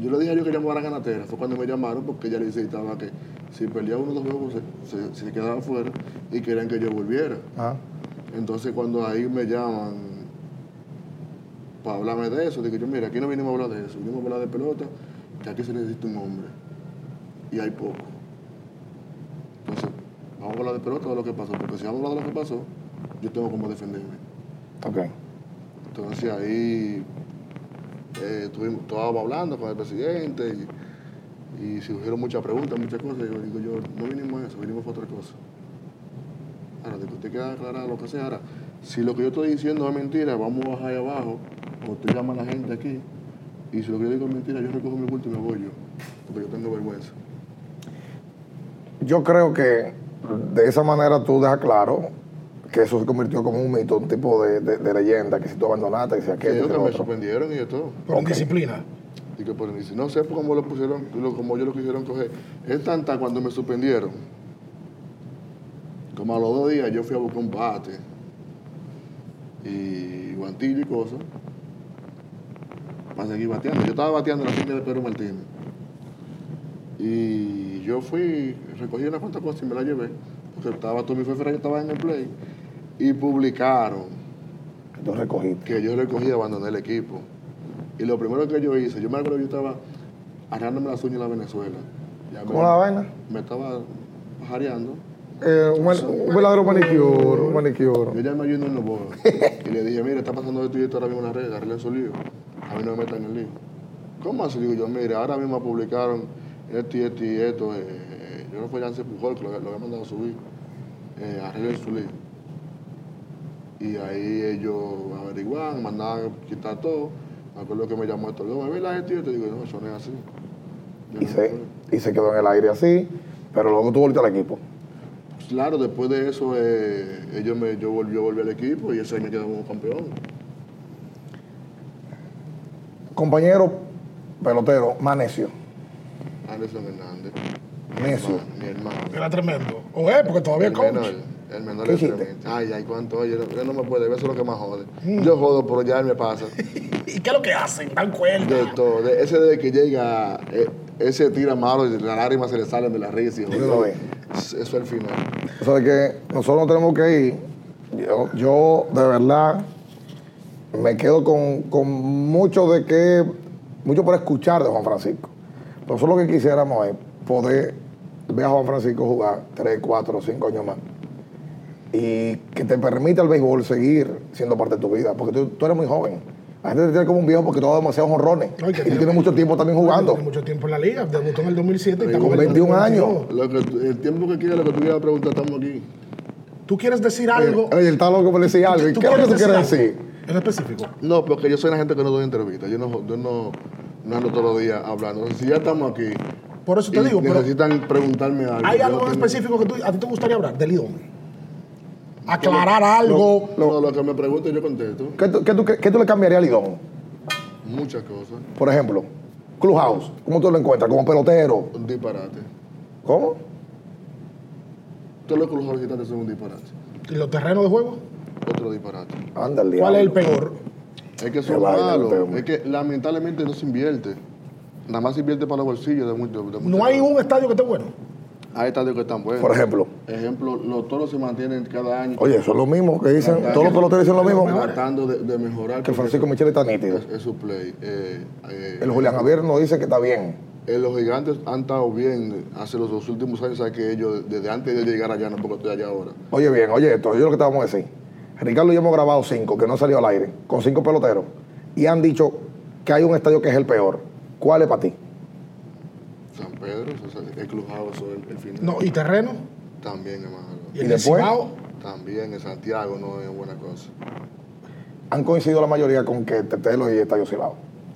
C: yo le dije a ellos que llamara a Ganatera, fue cuando me llamaron porque ella necesitaba que si perdía uno de los juegos se, se, se quedaba fuera y querían que yo volviera.
B: Ah,
C: Entonces cuando ahí me llaman para hablarme de eso, digo yo, mira, aquí no vinimos a hablar de eso, vinimos a hablar de pelota, que aquí se necesita un hombre. Y hay poco. Entonces, vamos a hablar de pelota o de lo que pasó, porque si vamos a hablar de lo que pasó, yo tengo como defenderme.
B: ok.
C: Entonces ahí eh, estuvimos, estábamos hablando con el presidente y, y surgieron muchas preguntas, muchas cosas. Y yo digo, yo no vinimos a eso, vinimos a otra cosa. Ahora, de que usted queda aclarado lo que sea. Ahora, si lo que yo estoy diciendo es mentira, vamos a bajar ahí abajo, o usted llama a la gente aquí, y si lo que yo digo es mentira, yo recojo mi culto y me voy yo, porque yo tengo vergüenza.
B: Yo creo que de esa manera tú dejas claro que eso se convirtió como un mito, un tipo de, de- de leyenda, que si tú abandonaste, que si
C: Que
B: aquello,
C: ellos
B: que
C: que
B: lo
C: me
B: otro.
C: sorprendieron y de todo.
A: Por
B: Ok.
A: disciplina.
C: Y que por el inicio, no sé por cómo lo pusieron, lo- cómo ellos lo quisieron coger. Es tanta cuando me suspendieron. Como a los dos días yo fui a buscar un bate y guantillo y cosas para seguir bateando. Yo estaba bateando en la finca de Pedro Martínez. Y yo fui, recogí una cuantas cosas y me la llevé, porque estaba todo mi Ferrer que estaba en el play, y publicaron
B: Que tú recogiste.
C: que yo recogí y abandoné el equipo. Y lo primero que yo hice, yo me acuerdo que yo estaba arrándome las uñas en la Venezuela. Ya
B: ¿Cómo
C: me,
B: la vaina?
C: me estaba jareando.
B: Eh, un, un verdadero manicure, un manicure.
C: Yo llamé a Junior Novoa y le dije, mira, está pasando esto y esto ahora mismo en la red, arreglen su lío. A mí no me metan en el lío. ¿Cómo así? Digo yo, mira, ahora mismo publicaron esto y esto y esto. eh, yo no fui Lance Pujol, que lo, lo había mandado a subir. Eh, arreglen su lío. Y ahí ellos averiguaban, mandaban quitar todo. Me acuerdo que me llamó esto, yo me vi la gente y yo te digo, no, eso no es así. Yo
B: Y
C: no
B: se,
C: puedo.
B: y se quedó en el aire así, pero luego tú volviste al equipo.
C: Claro, después de eso, eh, ellos me, yo, volví, yo volví al equipo y ese año quedamos campeón.
B: Compañero pelotero, Manecio.
C: Anderson Hernández.
B: Necio.
C: Mi hermano.
A: Era tremendo. O es, porque todavía es
C: El menor,
A: coach.
C: el menor
B: ¿Qué
C: es
B: hiciste?
C: tremendo. Ay, ay, cuánto, oye, no- él no me puede, eso es lo que más jode.
A: Mm.
C: Yo jodo, pero ya él me pasa.
A: ¿Y qué es lo que hacen? Dan cuerda.
C: De todo, de- ese desde que llega, eh, ese tira malo y las lágrimas se le salen de la risa. hijo.
B: Yo lo veo.
C: Eso es el final.
B: O sea, que nosotros no tenemos que ir. Yo, yo, de verdad, me quedo con, con mucho de que, mucho por escuchar de Juan Francisco. Pero eso lo que quisiéramos es poder ver a Juan Francisco jugar 3, 4, 5 años más. Y que te permita el béisbol seguir siendo parte de tu vida, porque tú, tú eres muy joven. La gente te tiene como un viejo porque tú has dado demasiados honrones.
A: No, y que
B: y tú
A: tiene-
B: tienes mucho tiempo también jugando.
A: Tiene mucho tiempo en la liga. Debutó en el 2007 y
C: Con
A: estamos en el
B: 21 años.
A: 2022.
C: Lo que tú- el tiempo que quiera, lo que tú quieras preguntar, estamos aquí. Eh,
A: ¿Tú quieres decir algo?
B: Oye, él está loco por decir algo. ¿Y ¿Qué es lo que tú quieres decir?
A: algo? En específico.
C: No, porque yo soy la gente que no doy entrevistas. Yo no, yo no, no ando todos los días hablando. Entonces, si ya estamos aquí,
A: Por eso te
C: y
A: digo, pero
C: necesitan preguntarme algo.
A: ¿hay
C: yo
A: algo
C: no
A: en
C: tengo-
A: específico que tú- a ti te gustaría hablar? Del ídolo. Aclarar algo.
C: No, lo que me pregunten yo contesto.
B: ¿Qué tú, qué tú cre- qué tú le cambiarías a Lidón?
C: Muchas cosas.
B: Por ejemplo, Clubhouse, ¿cómo tú lo encuentras? Como pelotero.
C: Un disparate.
B: ¿Cómo?
C: Todos los cruzados visitantes son un disparate.
A: ¿Y los terrenos de juego?
C: Otro disparate.
B: Anda el diablo.
A: ¿Cuál es el peor?
C: Es que son
B: Qué vaina, este
C: malos.
B: hombre.
C: Es que lamentablemente no se invierte. Nada más se invierte para los bolsillos de muchos. de muchos.
A: No hay un estadio que esté bueno.
C: Hay estadios que están buenos.
B: Por ejemplo.
C: Ejemplo, los toros se mantienen cada año.
B: Oye, eso es lo mismo que dicen. Todos los peloteros dicen lo mismo.
C: Tratando de, de mejorar.
B: Que
C: porque
B: Francisco Michel está nítido.
C: es, es su play. Eh, eh,
B: El Julián Javier nos dice que está bien.
C: eh, los gigantes han estado bien hace los dos últimos años, sabes que ellos, desde antes de llegar allá, no porque estoy allá ahora.
B: Oye bien, oye esto, yo lo que te vamos a decir. Ricardo y yo hemos grabado cinco, que no salió al aire, con cinco peloteros, y han dicho que hay un estadio que es el peor. ¿Cuál es para ti?
C: San Pedro, o sea, el Clubhouse, el, el final.
A: No, y terreno.
C: También, hermano.
A: Y el del
B: ¿Y después?
A: Cibao,
C: También en Santiago no es buena cosa.
B: Han coincidido la mayoría con que Tetelo y Estadio Cibao.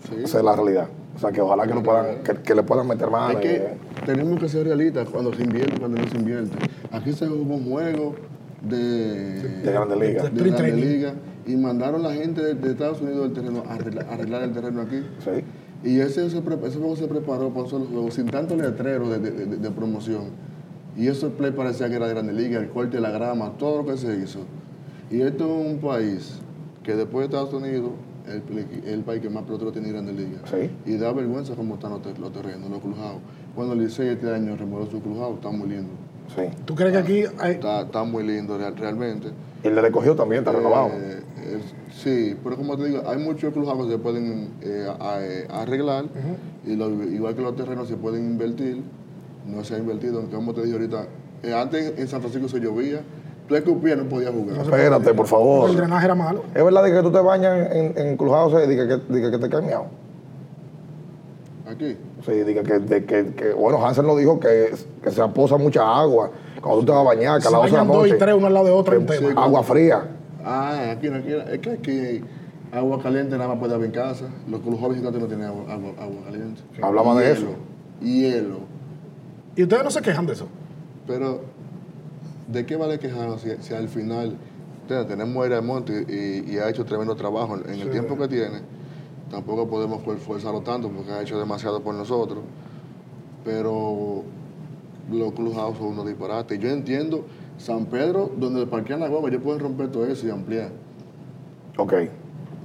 C: Sí.
B: Esa es la realidad. O sea, que ojalá que, no puedan, que, que le puedan meter más.
C: Es que tenemos que ser realistas cuando se invierte, cuando no se invierte. Aquí se jugó un juego de,
B: de Grandes Ligas.
C: de
A: Sprint
C: Grandes
A: Training.
C: Ligas, y mandaron la gente de, de Estados Unidos del terreno a arregla- a arreglar el terreno aquí.
B: Sí.
C: Y ese, se pre- ese juego se preparó para un solo juego, sin tanto letrero de, de- de- de promoción. Y eso play parecía que era de Grande Liga, el corte de la grama, todo lo que se hizo. Y esto es un país que después de Estados Unidos, el, pli- el país que más pelotero tiene Grande Liga.
B: Sí.
C: Y da vergüenza cómo están los, ter- los terrenos, los clujados. Cuando el Licey este año remodeló su clujado, está muy lindo.
B: Sí.
A: ¿Tú crees que aquí hay,
C: Está, está muy lindo real- realmente.
B: Y el de recogió también, está renovado.
C: Eh, eh, sí, pero como te digo, hay muchos clubhouse que se pueden eh, a- eh, arreglar y lo- igual que los terrenos se pueden invertir, no se ha invertido, aunque como te dije ahorita, eh, antes en San Francisco se llovía, tú escupías no podías jugar.
B: Espérate, por favor.
A: el drenaje era malo?
B: ¿Es verdad de que tú te bañas en, en Clubhouse y de que, de que- que te caes miau?
C: Aquí.
B: Sí, de que, de que- que- bueno, Hansen lo dijo que, que se aposa mucha agua cuando tú te vas a bañar, que a
A: Se
B: las 12 de la
A: bañan dos y
B: noche,
A: tres, uno al lado de otro en
C: Sí.
A: tema.
B: agua fría.
C: Ah, aquí, no, aquí, es que aquí agua caliente nada más puede haber en casa, los clubhouse gigantes no tienen agua, agua, agua caliente.
B: Hablamos de
C: Hielo,
B: eso.
C: Hielo.
A: Y ustedes no se quejan de eso.
C: Pero, ¿de qué vale quejarnos si, si al final o sea, tenemos a Ira Monte y, y ha hecho tremendo trabajo en, en el tiempo que tiene? Tampoco podemos for- forzarlo tanto porque ha hecho demasiado por nosotros. Pero los clubhouse son unos disparates. Yo entiendo, San Pedro, donde parquean la guagua, ellos pueden romper todo eso y ampliar.
B: Ok.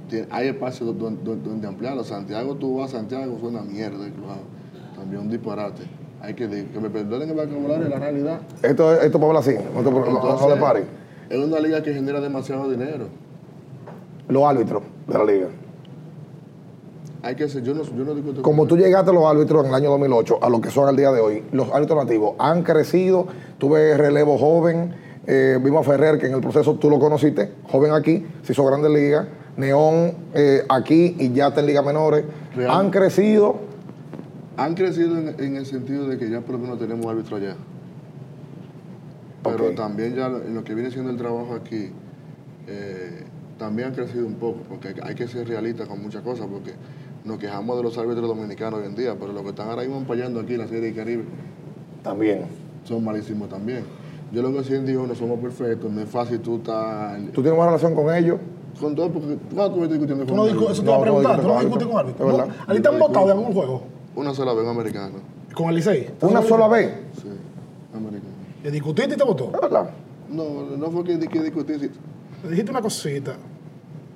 C: Tien- hay espacio do- do- do- donde, ampliarlo. Santiago, tú vas a Santiago, fue una mierda el clubhouse. También un disparate. Hay que, de- que me perdonen el vocabulario, la realidad.
B: Esto, esto para hablar así, no, te, no- no,
C: Entonces,
B: le pares.
C: Es una liga que genera demasiado dinero.
B: Los árbitros de la liga.
C: Hay que ser, yo no, yo no discuto.
B: Como tú llegaste a los árbitros en el año 2008, a lo que son al día de hoy, los árbitros nativos han crecido, tuve relevo joven, eh, vimos a Ferrer, que en el proceso tú lo conociste, joven aquí, se hizo Grandes Ligas, Neón eh, aquí y ya está en Ligas Menores.
C: Real.
B: Han crecido,
C: Han crecido en, en el sentido de que ya por lo menos tenemos árbitro allá. Pero
B: Ok.
C: también ya lo- en lo que viene siendo el trabajo aquí, eh, también han crecido un poco, porque hay- hay que ser realistas con muchas cosas, porque nos quejamos de los árbitros dominicanos hoy en día, pero los que están ahora mismo apoyando aquí en la Serie del Caribe
B: también.
C: son malísimos también. Yo lo que sí digo, no somos perfectos, no es fácil tú estar
B: ¿Tú tienes buena relación con ellos?
C: con todo, porque ¿cuándo tú estás discutiendo
A: Tú
C: con
A: no
C: ellos?
A: discu- eso te
B: No,
A: iba a preguntar,
B: no
A: tú no
B: discutes
A: discutes
B: con
A: con árbitros.
B: árbitro. Es
A: ¿No?
B: verdad.
A: ¿A ti te han votado de algún juego?
C: Una sola vez, un americano.
A: ¿Con el Licey?
B: Una sola vez.
C: Sí, un americano.
A: ¿Le discutiste y te votó?
B: Es verdad.
C: No, no fue que, que discutí. sí.
A: Le dijiste una cosita.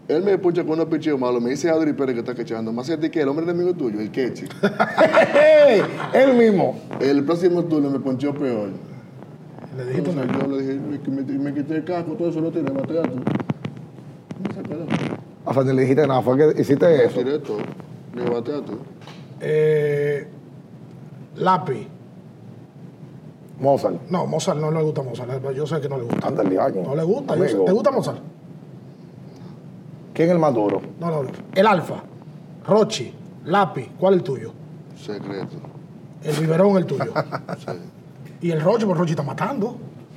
C: Él me pucha con unos pichillos malos. Me dice Adri Pérez que está quechando. Más de que el hombre enemigo tuyo, el queche.
B: ¡Ey! Él mismo.
C: el próximo turno me ponchó peor.
A: Le dijiste una...
C: Entonces yo le dije, me, me- me quité el casco, todo eso lo tiré, maté a tú. Me sacó la-
B: O sea, ni le dijiste nada, fue que hiciste eso.
C: Tiré todo, le maté a tú.
A: Eh, lápiz.
B: Mozart.
A: No, Mozart no le gusta Mozart. Yo sé que no le gusta.
B: Antes del año.
A: No le gusta. yo sé.
B: Amigo.
A: ¿Te gusta Mozart?
B: ¿Quién es el más duro?
A: No, no, no. El Alfa, Rochi, Lápiz, ¿cuál es el tuyo?
C: Secreto.
A: El Biberón, el tuyo.
C: Sí.
A: y el Rochi, porque Rochi está matando.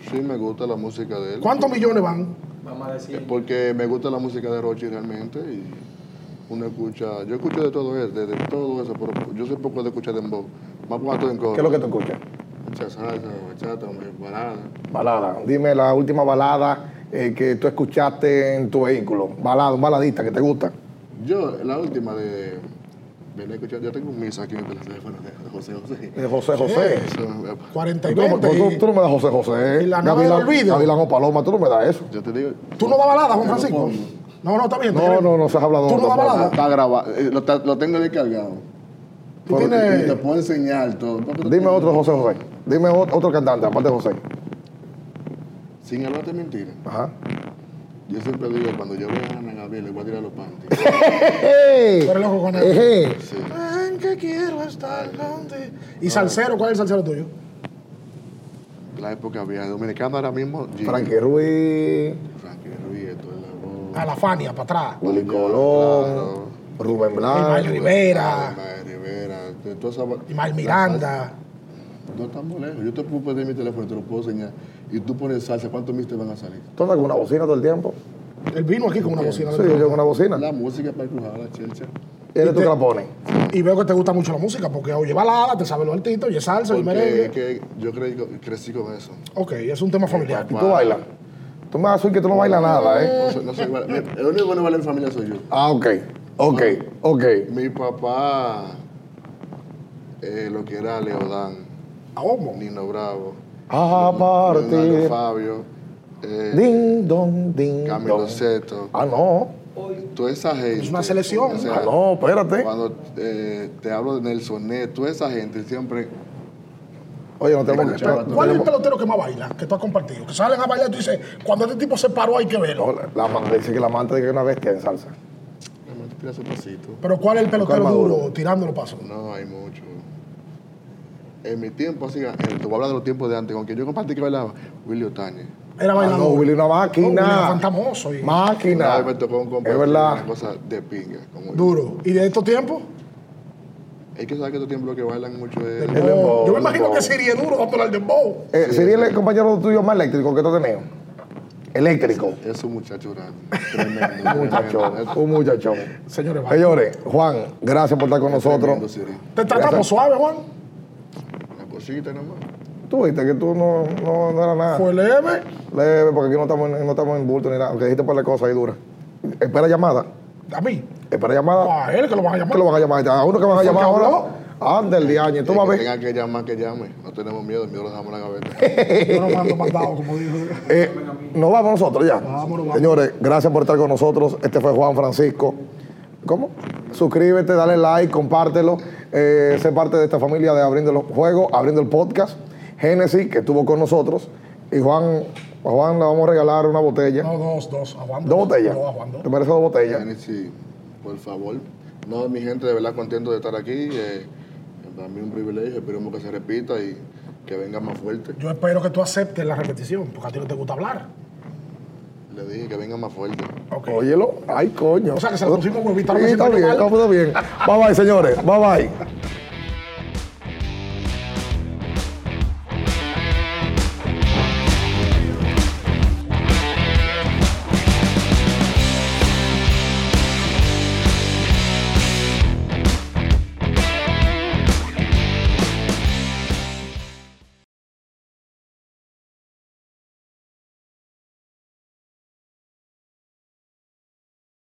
C: sí, me gusta la música de él.
A: ¿Cuántos millones van?
D: Vamos a decir,
C: Porque me gusta la música de Rochi realmente y uno escucha, yo escucho de todo eso, de, de todo eso, pero yo soy poco de escuchar dembow. Más cuatro en
B: ¿Qué
C: coro.
B: es lo que te escuchas?
C: Mucha salsa, bachata, hombre, parada.
B: Balada. Dime la última balada eh, que tú escuchaste en tu vehículo. Balada, un baladista que te gusta.
C: Yo, la última de... Ven a escuchar, yo tengo un misa aquí en el teléfono de José José.
B: De José José.
C: Eso, eh,
A: 40 y
B: Tú, no,
A: 20.
B: tú-
A: y-
B: tú no me das José José. eh.
A: y la nave del olvido.
B: Gavilán o Paloma, tú no me das eso.
C: Yo te digo...
A: ¿Tú no das balada, Juan
C: Yo no
A: Francisco?
C: pongo.
A: No, no, está bien. te
B: No,
A: creo.
B: no, no seas hablador.
A: ¿Tú no das
B: tampoco.
A: balada?
C: Está grabado, eh, lo, está- lo tengo descargado.
A: Tú
C: Pero
A: tienes-
C: Te, te puedo enseñar todo. ¿Por qué tú
B: Dime
C: tienes-
B: otro José José. Dime ot- otro cantante, aparte de José.
C: Sin hablarte mentira.
B: Ajá.
C: Yo siempre digo, cuando yo vea a Ana Gabriel, le voy a tirar los panties.
A: Tú eres loco con él.
B: Ejé.
C: Sí.
A: Ay,
C: que quiero estar grande.
A: ¿Y salsero? ¿Cuál es el salsero tuyo?
C: La época vieja dominicana ahora mismo. Gigi,
B: Frankie Ruiz,
C: Frankie Ruiz, todo el amor.
A: A la Fania, para atrás.
B: Willy Colón,
A: Mario
B: Rubén Blanco.
A: Rivera.
C: Ay, Rivera. de toda esa-
A: Imal Miranda.
C: No estamos lejos. Yo te puedo pedir mi teléfono, te lo puedo enseñar. Y tú pones salsa, ¿cuántos mil te van a salir?
B: ¿Tú andas con una bocina todo el tiempo?
A: Él vino aquí con una
B: Sí,
A: bocina.
B: yo con una bocina.
C: La música para cruzar la chelcha.
B: ¿Y eres tú que la pones?
A: Y veo que te gusta mucho la música, porque oye balada, te sabe los artistas, oye salsa, oye
C: Porque es
A: merengue.
C: que yo creí- crecí con eso.
A: Ok, es un tema familiar.
B: ¿Y tú bailas? Tú me vas a decir que tú no bailas nada, ¿eh?
C: No soy- no soy igual. Mira, El único que no vale en familia soy yo.
B: Ah, ok. Ok, ok.
C: Mi papá, eh, lo que era Leodán,
A: ¿A homo?
C: Nino Bravo,
B: A
C: Leonardo
B: partir.
C: Fabio, eh,
B: Ding dong, ding
C: Camilo
B: dong.
C: Seto,
B: Ah, no.
C: toda esa gente.
A: una selección.
C: O sea,
B: Ah, no, espérate.
C: Cuando eh, te hablo de Nelson Net, toda esa gente siempre.
B: Oye, no tenemos que
C: Escucha,
A: ¿Cuál es el pelotero que más baila, que tú has compartido? Que salen a bailar y tú dices, cuando este tipo se paró hay que verlo.
B: No, la- la amante dice que la amante dice que es una bestia en salsa.
C: Tira ese pasito.
A: Pero ¿cuál es el pelotero
B: Maduro?
A: duro tirándolo paso?
C: No, hay mucho. En mi tiempo, así, eh, te voy a hablar de los tiempos de antes, con quien yo compartí que bailaba, Willy Otañe.
A: Era
B: Ah, no,
A: bailador.
B: Willy, una
A: No, Willy
B: máquina.
A: era fantamoso y-
C: Una
B: Máquina.
C: vez me tocó un
B: Es
C: compartir una
B: verdad.
C: cosa de pinga. Como
A: Duro. ¿Y de estos tiempos?
C: Es que sabes que estos tiempos lo que bailan mucho es.
A: Dembow.
B: dembow,
A: Yo me imagino
B: dembow.
A: que sería duro dándole al dembow.
B: Eh, ¿Sería el compañero tuyo más eléctrico que tú has tenido? Eléctrico.
C: Es un muchacho grande. Tremendo.
B: Un muchachón,
C: tremendo.
B: un muchachón.
A: Señores, vaya.
B: Señores, Juan, gracias por estar con
C: Tremendo,
B: nosotros.
C: Siri.
A: ¿Te tratamos suave, Juan?
C: Una cosita nomás.
B: Tú viste que tú no, no, no era nada.
A: Fue leve.
B: Leve, porque aquí no estamos, en- no estamos en bulto ni nada. Aunque dijiste por la cosa ahí dura. Espera llamada.
A: A mí.
B: Espera llamada.
A: A él que lo van a llamar.
B: ¿Qué Ah. lo van a llamar? A uno que van a
A: ¿Fue
B: llamar
A: que habló?
B: ahora. Anda el diaño. Tú
C: El
B: vas a
C: que
B: ver.
C: tenga que llamar, que llame. No tenemos miedo, el miedo lo dejamos en la gaveta.
A: Yo no mando mandado, como dijo.
B: Eh, nos vamos nosotros ya.
A: Vámonos, vámonos.
B: Señores, gracias por estar con nosotros. Este fue Juan Francisco. ¿Cómo? Suscríbete, dale like, compártelo. Eh, sé parte de esta familia de Abriendo los Juegos, Abriendo el Podcast. Génesis, que estuvo con nosotros. Y Juan, a Juan le vamos a regalar una botella.
A: No, dos, dos. A Juan.
B: ¿Dos botellas?
A: No, a Juan, dos.
B: ¿Te merece dos botellas?
C: Genesis, por favor. No, mi gente, de verdad contento de estar aquí. eh, para mí un privilegio. Esperemos que se repita y que venga más fuerte.
A: Yo espero que tú aceptes la repetición, porque a ti no te gusta hablar.
C: Le dije que venga más fuerte.
A: Ok.
B: Óyelo. Ay, coño.
A: O sea, que se la pusimos huevita, no me
B: Sí, está
A: siento
B: bien,
A: mal.
B: está bien. Bye bye, señores. Bye bye.